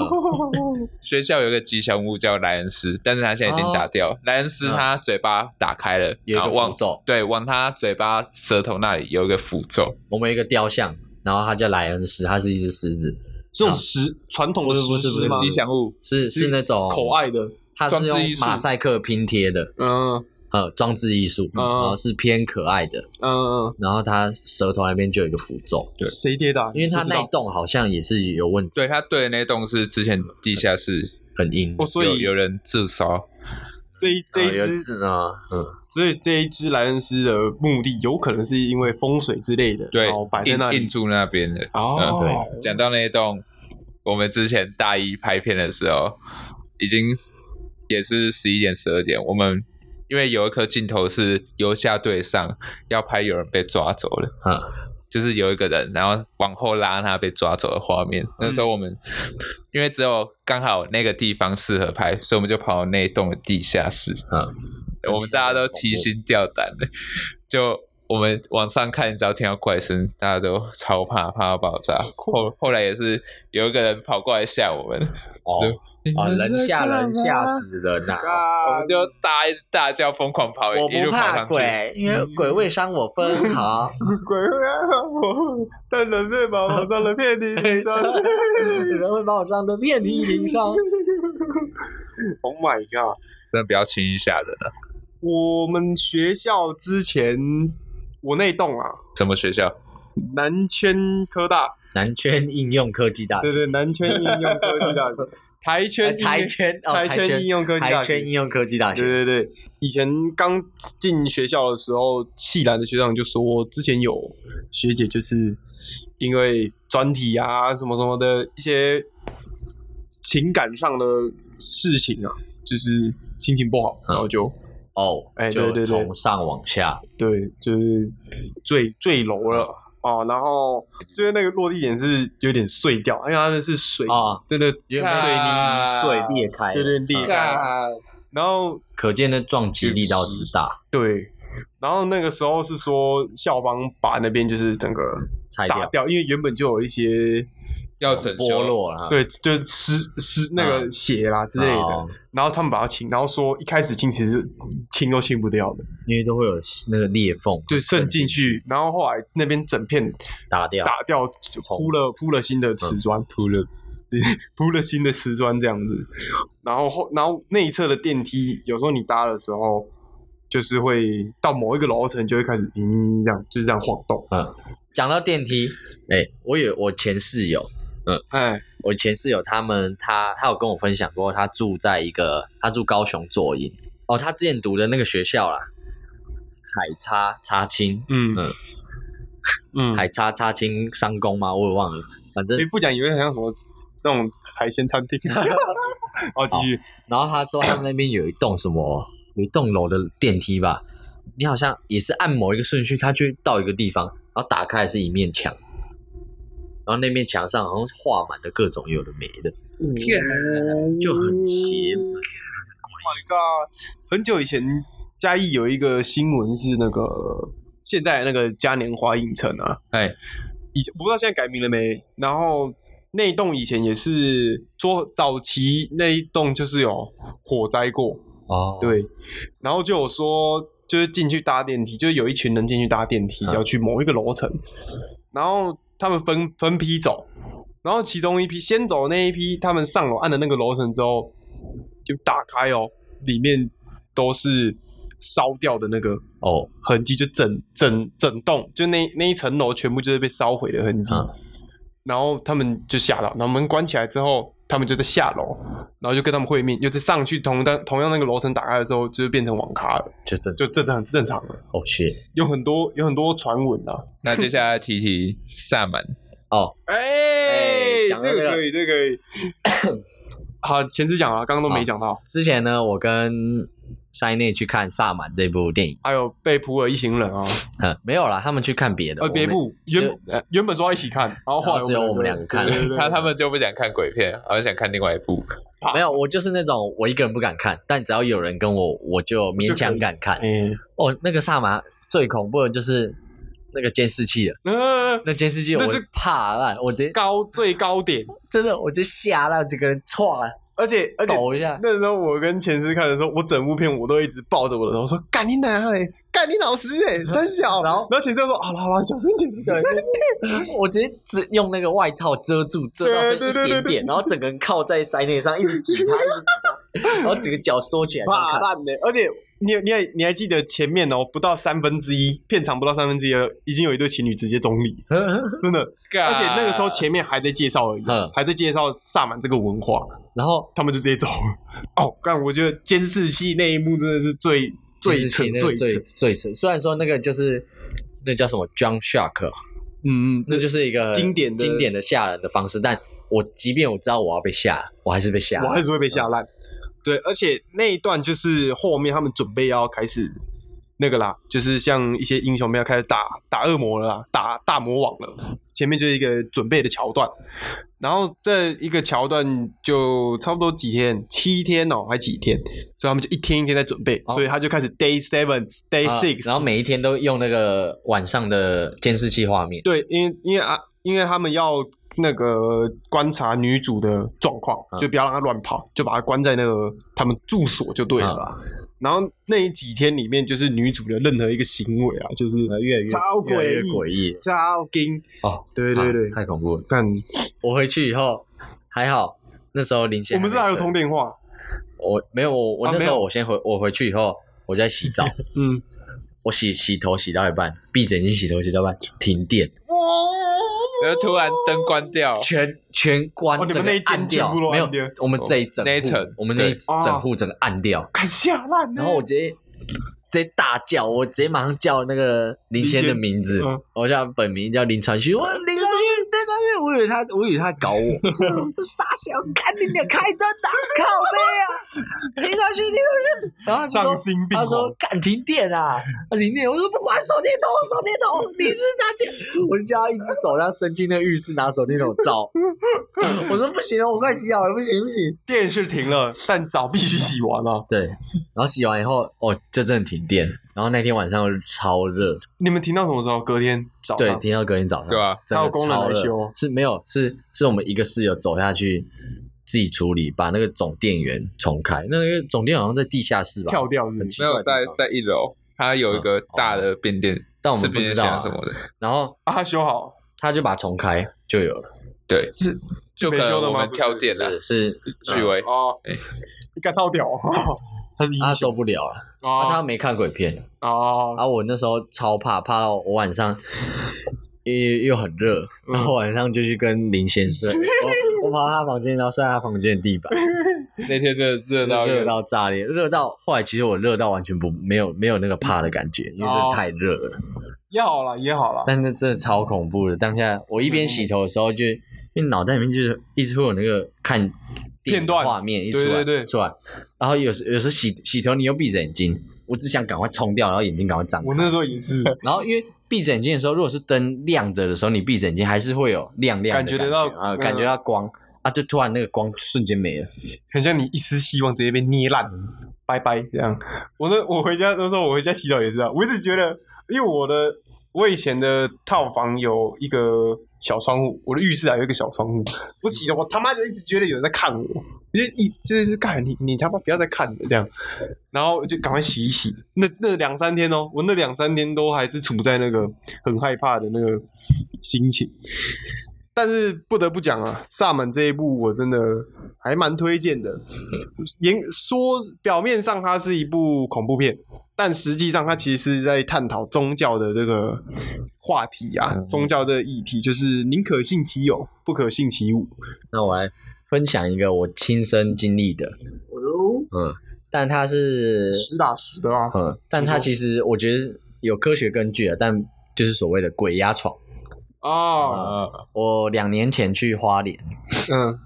学校有一个吉祥物叫莱恩斯，但是他现在已经打掉了。莱恩斯他嘴巴打开了，有一啊然个后往符咒，对往他嘴巴舌头那里有一个符咒，我们有一个雕像，然后它叫莱恩斯，它是一只狮子，这种石传统的不是石不狮是吗不吉祥物是是那种口，爱的，它是装置艺用术马赛克拼贴的，嗯呃，装置艺术，嗯然后是偏可爱的，嗯嗯，然后它舌头那边就有一个符咒，对谁跌的啊？因为它不知那道一栋好像也是有问题，对他对的那栋是之前地下室很阴。啊哦，所有以有人自烧，这一这一只字呢，嗯，所以这一只莱恩斯的目的有可能是因为风水之类的，对然后摆，在印那里印。住哦那边的。哦，嗯讲到那一栋，我们之前大一拍片的时候，已经也是十一点、十二点，我们。因为有一颗镜头是由下对上，要拍有人被抓走了。嗯，就是有一个人，然后往后拉他被抓走的画面。那时候我们因为只有刚好那个地方适合拍，所以我们就跑到那一栋的地下室。嗯，我们大家都提心吊胆的，就我们往上看，只要听到怪声，大家都超怕，怕到爆炸。后后来也是有一个人跑过来吓我们，哦对啊，人吓人在吓干嘛死人啊呐！我们就大一直大叫，疯狂跑，我一不路跑怕上去。鬼，因为鬼未伤我分毫。鬼会爱我，但人类把我当了骗你，你知道吗有人会把我伤的遍体鳞伤。 [laughs] ？Oh my god！真的不要轻易吓人啊了。我们学校之前我那栋啊，什么学校？南圈科大， [laughs] 南圈应用科技大学，对对，南圈应用科技大学， [laughs] 台呃圈台圈哦，台台圈应圈，用科技大台学圈，应用科技大学，对对对，以前刚进学校的时候，系篮的学长就说，之前有学姐就是因为专题啊什么什么的一些情感上的事情啊，就是心情不嗯好，然后就哦哎，对就对对从上往下，对，就是坠坠楼了哦。然后就是那个落地点是有点碎掉，因为它那是水啊，对啊对，因为看水泥击碎裂开，有点裂开，然后可见那撞击力道之大，对。然后那个时候是说校方把那边就是整个拆打掉掉，因为原本就有一些要整剥修？落了，对，就是湿湿那个血啦之类的哦，然后他们把它清，然后说一开始清其实清都清不掉的，因为都会有那个裂缝，就渗进去，然后后来那边整片打掉，打掉，就从铺了铺了新的瓷砖，铺了。对，铺了新的瓷砖这样子，然后后然后内侧的电梯，有时候你搭的时候，就是会到某一个楼层就会开始嗯这样就是这样晃动，讲到电梯，哎、我有我前室友，嗯哎，我前室友他们他他有跟我分享过，他住在一个他住高雄左营哦，他之前读的那个学校啦，海叉叉青，嗯嗯嗯，海叉叉青商工吗？我也忘了，反正哎，不讲以为很像什么那种海鲜餐 [laughs] 厅，好继续，然后他说他们那边有一栋什么有一栋楼的电梯吧，你好像也是按某一个顺序，他就会到一个地方，然后打开是一面墙。然后那面墙上好像画满了各种有的没的，就很邪门。 My God！很久以前嘉义有一个新闻是那个现在那个嘉年华影城啊，哎，以前我不知道现在改名了没。然后那一栋以前也是说早期那一栋就是有火灾过，哦，对，然后就有说，就是进去搭电梯，就是有一群人进去搭电梯，嗯要去某一个楼层，然后他们分分批走，然后其中一批先走的那一批，他们上楼按的那个楼层之后，就打开哦，里面都是烧掉的那个哦，痕迹，就整整整栋，就那那一层楼全部就是被烧毁的痕迹。嗯然后他们就吓到，然后门关起来之后，他们就在下楼，然后就跟他们会面，又再上去同的同样那个楼层打开的时候，就是变成网咖了，就真的就这很正常了。哦 shit 有很多有很多传闻啊，那接下来提提萨满，哦，哎、哎这讲到这个个可以，这个可以。好，前置讲啊，刚刚都没讲到，之前呢，我跟塞内去看《萨满》这部电影，还有被普洱一行人啊，嗯，没有啦，他们去看别的，呃，我别们部原呃原本说要一起看，然后后来然后只有我们两个看对对对他他们就不想看鬼片，好像想看另外一部。没有，我就是那种我一个人不敢看，但只要有人跟我，我就勉强敢看。哎，哦，那个萨满最恐怖的就是那个监视器了，那那监视器那我是怕烂，我直接高最高点，真的我直接吓烂，整个人歘而且而且抖一下。那时候我跟前司看的时候，我整部片我都一直抱着我的头说：“干你奶嘞，干你老师 [laughs] 哎，真小。”然后然后前司就说：“好了好了，小声点，小声点。我直接只用那个外套遮住，遮到剩对对一对点点，然后整个人靠在塞内上，一直挤他，一直挤他，然后整个脚缩起来这样怕看。烂的。”而且你你还你还记得前面哦，不到三分之一片长不到三分之一了，已经有一对情侣直接中立， [laughs] 真的。而且那个时候前面还在介绍而已嗯，还在介绍萨满这个文化， [laughs] 然后他们就直接走 [laughs] 了。哦，干，我觉得监视器那一幕真的是最最监视扯器那最个扯，最最扯，虽然说那个就是那叫什么 jump shock，嗯嗯，那就是一个经典的经典的吓人的方式。但我即便我知道我要被吓，我还是被吓我。还是会被吓烂。对，而且那一段就是后面他们准备要开始那个啦，就是像一些英雄片要开始打打恶魔了啦，打大魔王了。前面就是一个准备的桥段，然后这一个桥段就差不多几天，七天哦，还几天，所以他们就一天一天在准备，哦所以他就开始 day seven day 啊 six，、然后每一天都用那个晚上的监视器画面，对，因为因为啊，因为他们要那个观察女主的状况，嗯就不要让她乱跑，就把她关在那个他们住所就对了啦。嗯然后那几天里面，就是女主的任何一个行为啊，就是 [laughs] 呃越来越超越来越诡异诡异超惊。哦。对对对啊，太恐怖了！但我回去以后还好，那时候林先我们是还有没睡通电话，我没有，我我啊那时没候有我先回，我回去以后我在 [laughs] 洗澡，嗯，我洗洗头洗到一半，闭着眼睛洗头洗到一半，停电，然后突然灯关掉，全全关哦哦，你整们个那一间暗掉，全部都没有暗掉，哦我们这一整户那一层我们那一对整户整个暗掉，看吓烂了。然后我直接。直接大叫，我直接马上叫那个林先的名字林先嗯，我叫他本名叫林传旭，我林传旭，林传 [laughs] 旭，我以为他，我以为他搞我，傻小，看你俩开灯啊，靠背啊，林传旭，林传旭，然后他就说丧心病他狂，说：“敢停电啊！啊停电！”我说：“不管手电筒，手电筒，你是拿去。”我就叫他一只手，让伸进那浴室拿手电筒 [laughs] 照。我说：“不行了，我快洗好了，不行不行。电是停了，但澡必须洗完啊”。对，然后洗完以后，哦，就真的停电。然后那天晚上超热，你们停到什么时候？隔天早对，上。停到隔天早上，对吧？真还的有工人超来热修，是没有，是是我们一个室友走下去自己处理，把那个总电源重开。那个总电源好像在地下室吧，跳掉是不很是奇没怪有的地方在在一楼，它有一个大的变电，但我是们不变知电道、箱啊什。么的，然后啊，他修好他就把它重开就有了，对，是就可没能修的我吗们啊跳电了啊是。是许维哦哎，你干套屌，哦他是英他雄受不了了，哦啊、他没看鬼片，哦，啊，我那时候超怕，怕到我晚上又又很热，然嗯后晚上就去跟林先生，我我跑到他房间，然后睡在他房间的地板，那天真的热到热到炸裂，热到后来其实我热到完全不没有没有那个怕的感觉，因为真哦的太热了，也好了，也好了，但是真的超恐怖的。当下我一边洗头的时候就，因为脑袋里面就是一直会有那个看电影片段画面一出来对对对出来，然后有时有时候洗洗头你又闭着眼睛。我只想赶快冲掉，然后眼睛赶快张开。我那时候也是 [laughs] 然后因为闭着眼睛的时候，如果是灯亮着的时候，你闭着眼睛还是会有亮亮的感觉觉得到啊，嗯感觉到光啊，就突然那个光瞬间没了。很像你一丝希望直接被捏烂，拜拜这样。我那我回家那时候我回家洗澡也是啊，我一直觉得，因为我的我以前的套房有一个小窗户，我的浴室还有一个小窗户，我洗的我他妈就一直觉得有人在看我，我就一就是干你你他妈不要再看了这样，然后就赶快洗一洗。那那两三天哦，我那两三天都还是处在那个很害怕的那个心情。但是不得不讲啊，《萨满》这一部我真的还蛮推荐的。严说表面上它是一部恐怖片，但实际上，他其实是在探讨宗教的这个话题啊，嗯宗教这个议题，就是宁可信其有，不可信其无。那我来分享一个我亲身经历的，哦，嗯，但它是实打实的啊，嗯，但它其实我觉得是有科学根据的，啊但就是所谓的鬼压床。哦，啊，我两年前去花莲，嗯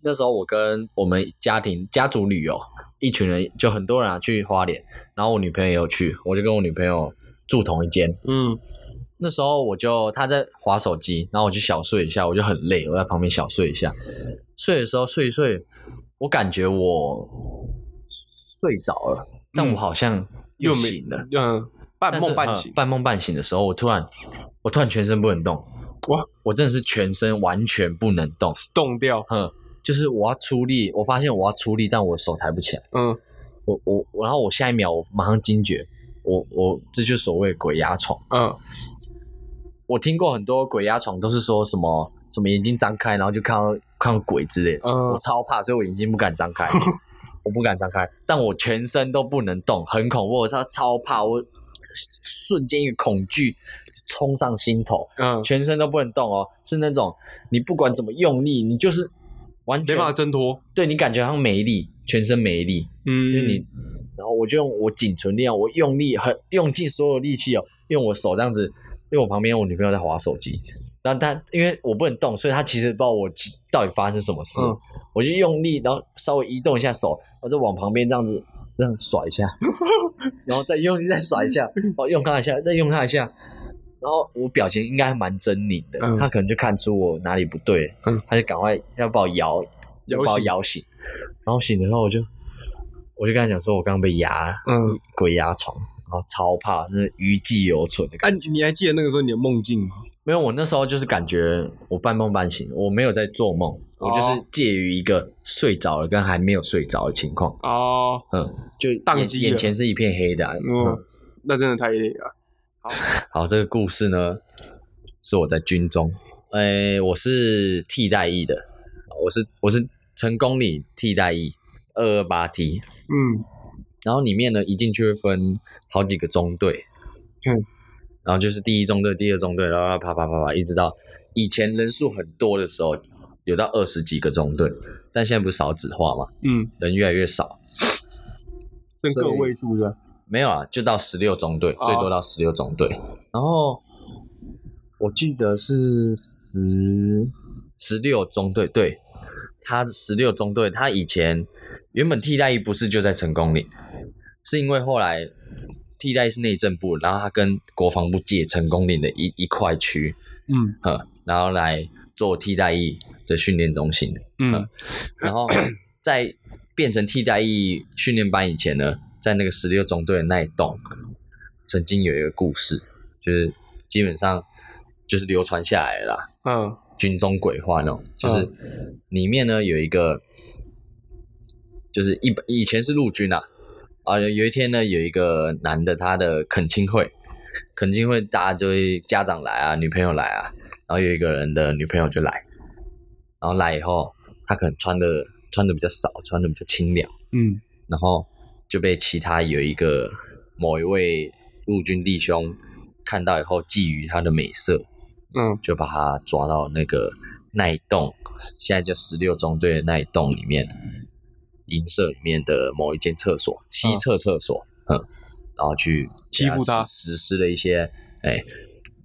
那时候我跟我们家庭家族旅游，一群人就很多人啊去花莲，然后我女朋友也有去，我就跟我女朋友住同一间。嗯那时候我就她在划手机，然后我就小睡一下，我就很累，我在旁边小睡一下。睡的时候睡一睡，我感觉我睡着了，但我好像又嗯没醒了，嗯，半但是梦半醒呃，半梦半醒的时候，我突然我突然全身不能动，哇，我真的是全身完全不能动，冻掉，哼，就是我要出力，我发现我要出力，但我手抬不起来，嗯，我我我然后我下一秒我马上惊觉，我我这就是所谓的鬼压床。嗯我听过很多鬼压床都是说什么什么眼睛张开，然后就看到看到鬼之类的，嗯我超怕，所以我眼睛不敢 [laughs] 张开，我不敢张开，但我全身都不能动，很恐怖，我超超怕，我瞬间一个恐惧冲上心头，嗯，全身都不能动哦，是那种你不管怎么用力，你就是完没全办法挣脱，对你感觉好像没力，全身没力，嗯，就是你，然后我就用我仅存力量，我用力很用尽所有力气哦，用我手这样子，因为我旁边我女朋友在划手机，但她因为我不能动，所以她其实不知道我其到底发生什么事，嗯我就用力，然后稍微移动一下手，我就往旁边这样子这样甩 [laughs] 一下，然后再用力再甩一下，哦，用它一下，再用它一下。然后我表情应该还蛮狰狞的，嗯她可能就看出我哪里不对，嗯她就赶快要把我摇，摇要把我醒摇醒，然后醒的时候我就我就跟他讲说，我刚刚被压了，嗯，鬼压床，然后超怕，就是余悸犹存的感觉。哎，你你还记得那个时候你的梦境吗？没有，我那时候就是感觉我半梦半醒，我没有在做梦，我哦就是介于一个睡着了跟还没有睡着的情况，哦，嗯，就宕眼机了眼前是一片黑的啊、嗯嗯，那真的太累了，好，这个故事呢，是我在军中，诶、我是替代役的，我是我是成功里替代役二二八 T，嗯然后里面呢，一进去会分好几个中队，嗯，然后就是第一中队、第二中队，然后啪啪啪啪，一直到以前人数很多的时候，有到二十几个中队，但现在不是少子化嘛，嗯，人越来越少，剩所以个位数的，没有啊，就到十六中队，哦最多到十六中队，然后我记得是十十六中队，对，他十六中队，他以前原本替代役不是就在成功里，是因为后来替代役是内政部，然后他跟国防部借成功岭的一一块区，嗯呵，然后来做替代役的训练中心，嗯然后在变成替代役训练班以前呢，在那个十六中队的那一栋，曾经有一个故事，就是基本上就是流传下来了啦，嗯军中鬼话那种，就是里面呢有一个，就是一般以前是陆军啊，啊有有一天呢有一个男的他的恳亲会，恳亲会大家就会家长来啊，女朋友来啊，然后有一个人的女朋友就来，然后来以后他可能穿的穿的比较少，穿的比较清凉，嗯然后就被其他有一个某一位陆军弟兄看到以后觊觎他的美色，嗯就把他抓到那个那一栋，现在叫十六中队的那一栋里面，营舍里面的某一间厕所，西侧厕所，嗯，然后去嗯欺负给他实实施了一些哎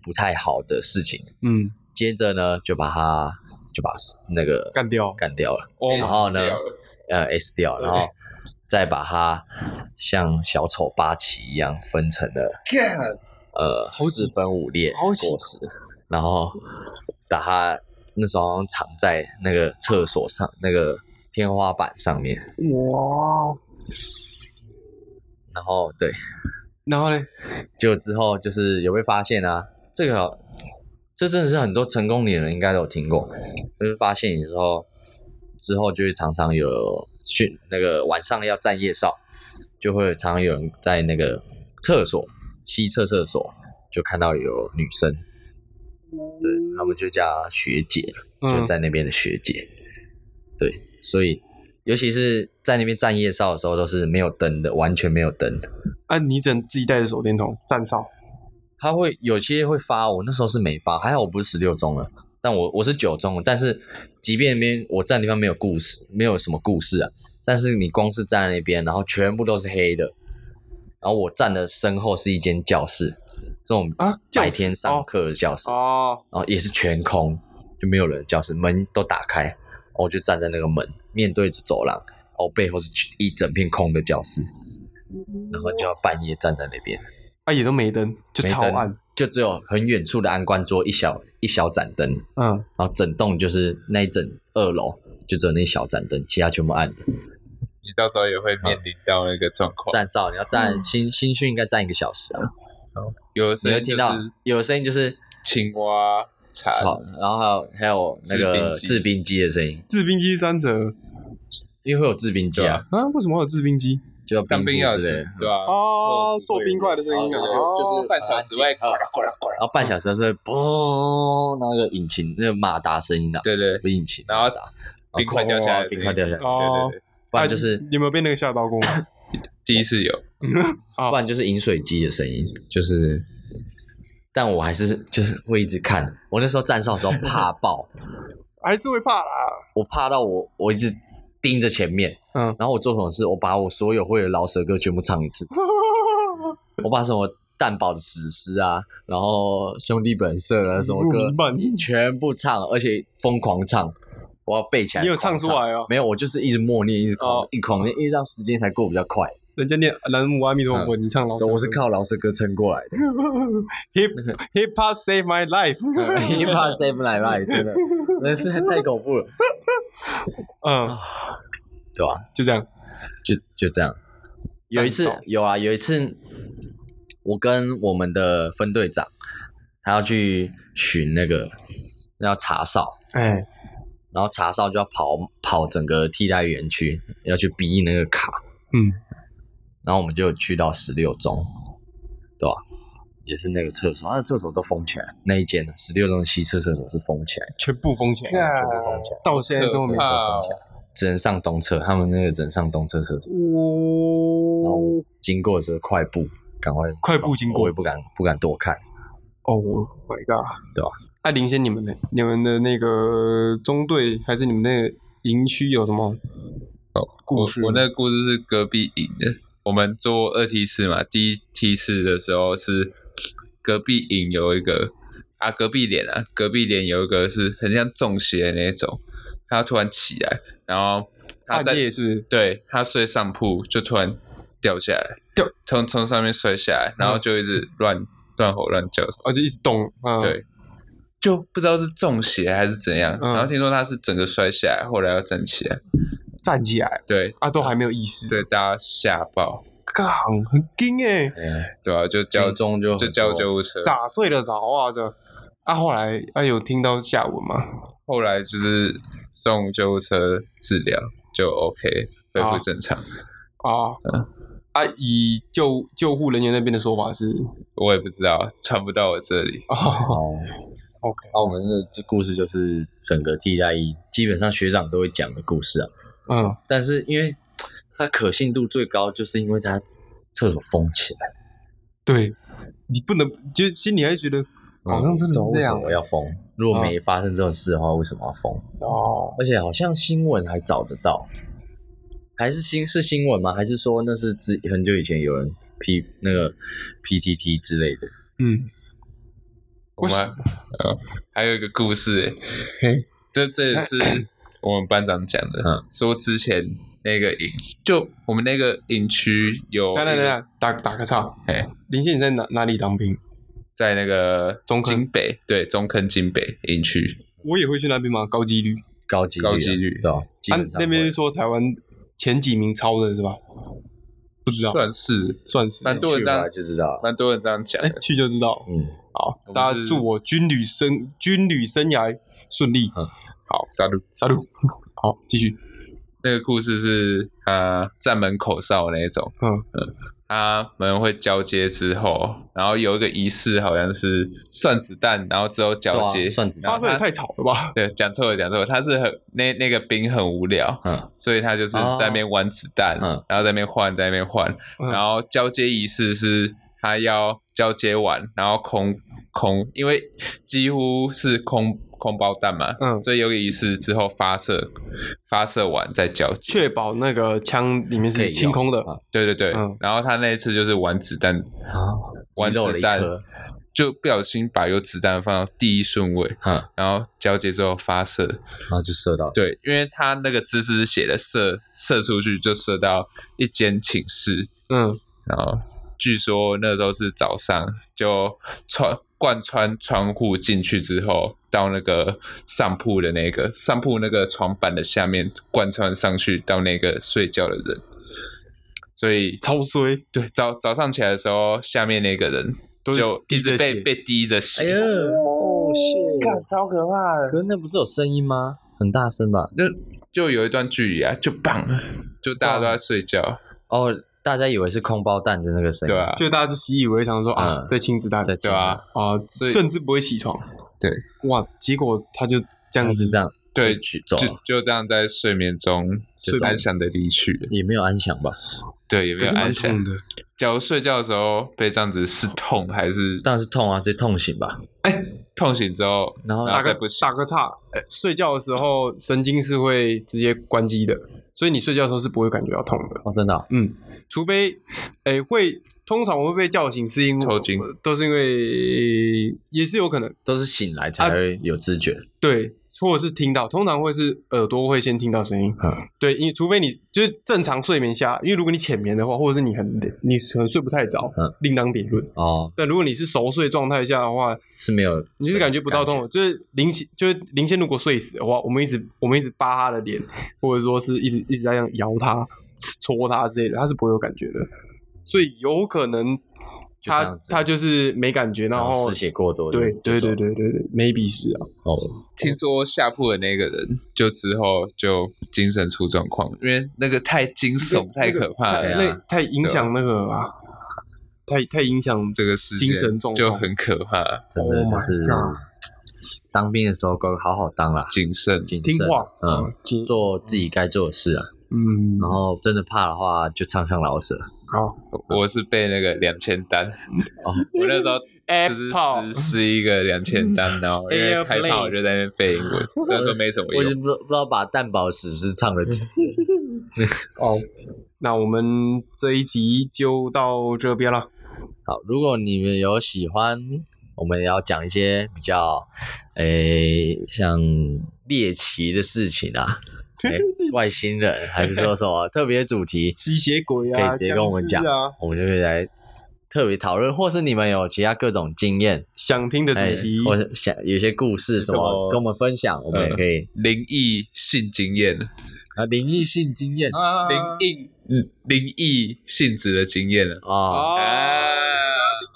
不太好的事情，嗯，接着呢就把他就把那个干掉，干掉了，哦然后呢死掉了呃 S 掉，然后再把他像小丑八旗一样分成了。看，呃好四几分五裂好几果实，然后把它那时候好像藏在那个厕所上那个天花板上面，哇，然后对，然后嘞，就之后就是有被发现啊，这个好这真的是很多成功女人应该都有听过，就是发现你之后之后就会常常有训那个晚上要站夜哨，就会常常有人在那个厕所西侧厕所就看到有女生，对他们就叫她学姐，就嗯在那边的学姐，对，所以尤其是在那边站夜哨的时候，都是没有灯的，完全没有灯。啊，你只能自己带着手电筒站哨。他会有些会发，我那时候是没发，还好我不是十六中了，但我我是九中了。但是即便那边我站的地方没有故事，没有什么故事啊，但是你光是站在那边，然后全部都是黑的，然后我站的身后是一间教室，这种啊教室白天上课的教室，哦，然后也是全空，就没有人的教室，门都打开，然后我就站在那个门，面对着走廊，然后背后是一整片空的教室，然后就要半夜站在那边。啊，也都没灯，就没超灯暗。就只有很远处的安官桌一小一小盏灯，嗯，然后整栋就是那一整二楼就只有那一小盏灯，其他全部暗的。你到时候也会面临到那个状况。站哨你要站、新新训应该站一个小时啊，有的你时候会听到有声音就是青蛙、蝉，吵，然后还有还有那个啊制制冰机的声音，制冰机三折因为会有制冰机啊，啊？为什么会有制冰机？就要当冰兵敷要之类的吃。对吧？哦，做冰块的声音啊，然哦后就是半小时外，然后半小时是嘣，那个引擎那个马达声音的、啊对对，不是引擎，然后马达啊冰块掉下来的声音，哦冰块掉下来，哦对对对，不然就是、啊你你有没有被那个吓到过？第一次有，不然就是饮水机的声音，就是，但我还是就是会一直看。我那时候站哨的时候怕 [laughs] 爆， [laughs] 还是会怕啦。我怕到我我一直盯着前面，嗯，然后我做什么事，我把我所有会的老舌歌全部唱一 [laughs] 次，我把什么蛋堡的史诗啊，然后兄弟本色啊什么歌入迷漫全部唱，而且疯狂唱，我要背起来。你有唱出？来哦？没有，我就是一直默念，一直狂、哦一直狂念，一直让时间才过比较快。人家念南无阿弥陀佛，你唱老嗯对我是靠老舌歌撑过来的。 hip hip hop save my life。你怕 save my life，真的，那是太恐怖了， [laughs] 嗯， [laughs] 对吧、就这样。就就这样。有一次战斗有啊，有一次我跟我们的分队长，他要去巡那个那叫查哨，哎，然后查哨就要跑跑整个替代园区，要去逼那个卡，嗯，然后我们就去到十六中，对吧、也是那个厕所，他的啊厕所都封起来，那一间呢，十六中的西侧厕所是封起来的，全部封起来，全部封起来。到现在都没可怕哦只能上东侧，他们那个只能上东侧厕所。然后我经过的时候快步，赶快快步经过我也不敢不敢多看。哦，My God，对吧？那林先你们呢？你们的那个中队还是你们那个营区有什么故我事？哦我那个故事是隔壁营的，我们做二梯次嘛，第一梯次的时候是隔壁营有一个啊，隔壁连啊，隔壁连有一个是很像中邪的那种，他突然起来，然后他在半夜是不是对他睡上铺就突然掉下来，掉嗯从从上面摔下来，然后就一直乱、乱吼乱叫，而且一直动，嗯，对，就不知道是中邪还是怎样，嗯然后听说他是整个摔下来，后来要站起来，站起来对，啊，都还没有意识，对大家吓爆，杠很惊哎，嗯，对啊，就叫军中就就很叫多救护车。咋睡得着啊这？啊，后来啊有听到下文吗？后来就是送救护车治疗，就 OK，恢复正常。啊嗯啊，以救救护人员那边的说法是 [laughs] 我也不知道，传不到我这里。哦哦。 [laughs] ，OK，那我们的这故事就是整个替代役，基本上学长都会讲的故事啊。嗯，但是因为它可信度最高，就是因为它厕所封起来，对你不能，就心里还觉得哦好像真的嗯是这为什样嗯么要封？如果没发生这种事的话，为什么要封？哦，而且好像新闻还找得到，还是新是新闻吗？还是说那是之很久以前有人 P 那个 PTT 之类的？嗯，我们呃还有一个故事、欸嘿，这这也是我们班长讲的，嗯说之前那个营，就我们那个营区有等等一等个等，打打个岔，哎林先你在哪哪里当兵？在那个中坑金北，对中坑金北营区，我也会去那边吗？高几率，高级率啊高几率对啊，基啊本上、那边说台湾前几名超的是吧？不知道，算是算是蛮多去人这样了就知道了。蛮多人这样讲哎的，，去就知道。嗯，好我，们大家是祝我军旅生军旅生涯顺利。嗯好，杀戮。杀戮。 [laughs] 好，继续。那个故事是呃站门口哨那一种，嗯嗯，他们会交接之后，然后有一个仪式，好像是算子弹，然后之后交接。对啊算子弹然后发射也他太吵了吧？对，讲错了，讲错了。他是很那那个兵很无聊，嗯所以他就是在那边玩子弹，嗯然后在那边换，在那边换，嗯然后交接仪式是他要交接完，然后空空，因为几乎是空空包弹嘛，嗯所以有个仪式之后发射，发射完再交接，确保那个枪里面可以是用清空的，啊对对对，嗯然后他那一次就是玩子弹，玩遗漏了子一弹颗就不小心把有子弹放到第一顺位，嗯，然然后交接之后发射，后就射到了，对，因为他那个姿势是写的射射出去就射到一间寝室，嗯，然后据说那时候是早上，就穿贯穿窗户进去之后，到那个上铺的那个上铺那个床板的下面贯穿上去，到那个睡觉的人。所以超衰，对早早上起来的时候，下面那个人都是就一滴着直被血被滴着血，哎呀，哦，干超可怕的。可是那不是有声音吗？很大声吧？那就有一段距离啊，就棒，就大家都在睡觉，哦，大家以为是空包弹的那个声音，对啊，就大家就习以为常说啊，嗯在清子弹，在对啊，啊，所以甚至不会起床。对，哇，结果他就这然样后子就这样，对取走就了，就这样在睡眠中睡安详的离去了。也没有安详吧？对，有没对有蛮安详痛？的。假如睡觉的时候被这样子是痛还是当然是痛啊，直接痛醒吧。痛醒之后，然后然打后再个不醒打？个岔，呃睡觉的时候神经是会直接关机的，所以你睡觉的时候是不会感觉到痛的。哦，真的啊、嗯，除非，诶、会通常我会被叫醒，是因为抽筋，都是因为也是有可能都是醒来才会有知觉。对，或者是听到，通常会是耳朵会先听到声音，嗯对，因为除非你就是正常睡眠下，因为如果你浅眠的话，或者是你很你可能睡不太着，嗯另当别论。哦，但如果你是熟睡状态下的话，是没有，你是感觉不到痛，的，就是林先，就是林先如果睡死的话，我们一直我们一直扒他的脸，或者说是一直一直在这样摇他、戳他之类的，他是不会有感觉的，所以有可能就这他样子他就是没感觉，然然后后失血过多就。对对就对走对对对，maybe 是啊，哦，听说下铺的那个人就之后就精神出状况，因为那个太惊悚、太可怕太了，啊那太影响那个啊，太太影响这个事件精神状况就很可怕，真的 Oh my 就是 God 当兵的时候，该好好当啦，谨慎。谨听慎，话，嗯，谨做自己该做的事啊。嗯，然后真的怕的话，就唱唱老舍。好我是被那个两千单，哦我那时 [laughs] 候就是撕，Apple，撕一个两千单，然后因为开炮 Airplane 我就在那边背英文，虽然说没什么我已用经，不知不知道把蛋堡史诗唱了几， [laughs] 哦，那我们这一集就到这边了。好，如果你们有喜欢，我们也要讲一些比较，诶、像猎奇的事情 [laughs] 啊，诶外星人，还是说什么特别主题， [laughs] 吸血鬼可以啊，直接跟我们僵讲尸啊，我们就会来特别讨论，或是你们有其他各种经验，想听的主诶题，嗯或者想有些故事什什么么，跟我们分享，我们也可以灵异性经验，啊，灵异性经验啊灵异嗯灵异性质的经验了。啊，啊，啊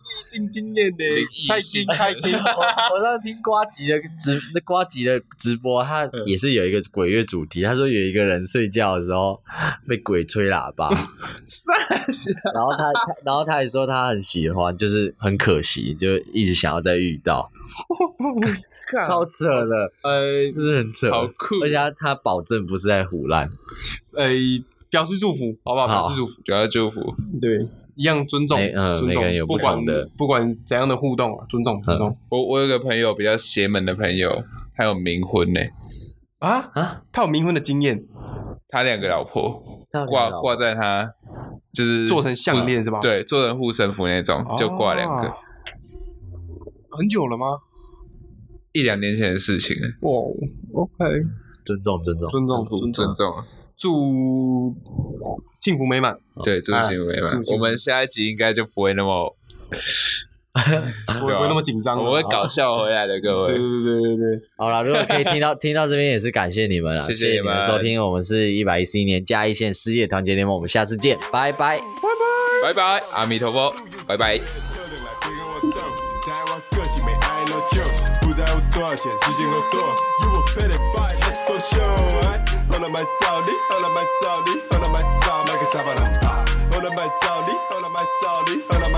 异性经验的灵异，太性精太精， [laughs] [laughs] 我上次听瓜吉的直那瓜吉的直播，他也是有一个鬼月主题。他说有一个人睡觉的时候被鬼吹喇 [laughs] 叭，啊然后他他然后他也说他很喜欢，就是很可惜，就一直想要再遇到，超扯的，呃真的很扯。好酷！而且他他保证不是在胡乱，呃，表示祝福，好不好？好表示祝福，主要祝福，对，一样尊重每，嗯尊每个人有重，不不管同的，嗯不管怎样的互动啊，尊重尊重我我有个朋友比较邪门的朋友，他有冥婚呢、啊啊，他有冥婚的经验，他两个老婆他有两个挂老婆挂在他就是做成项链是吧？，对，做成护身符那种，就挂两哦个，。哦很久了吗？一两年前的事情了，哇，OK，尊重尊重，尊重很尊尊重，重。啊祝幸福美满。对，祝行为嘛啊祝，我行们下一集应该就不会那么，不会不会那么紧张了，啊我会好搞笑回来的，各位，对对对对对，好啦，如果可以 [laughs] 听到听到这边，也是感谢你们了，谢谢谢你你们们收听，我们是一百一十一年嘉义县失业团结联盟，我们下次见，拜拜。拜拜，阿弥陀佛，拜拜。 Like we gon' dump. 在玩个性美，I ain't no joke。不在乎对赚钱，时间够多。You will pay the fight, let's go show。哎，后来买造你，后来买造你，后来买造，买个沙发浪大。后来买造你，后来买造你，后来买。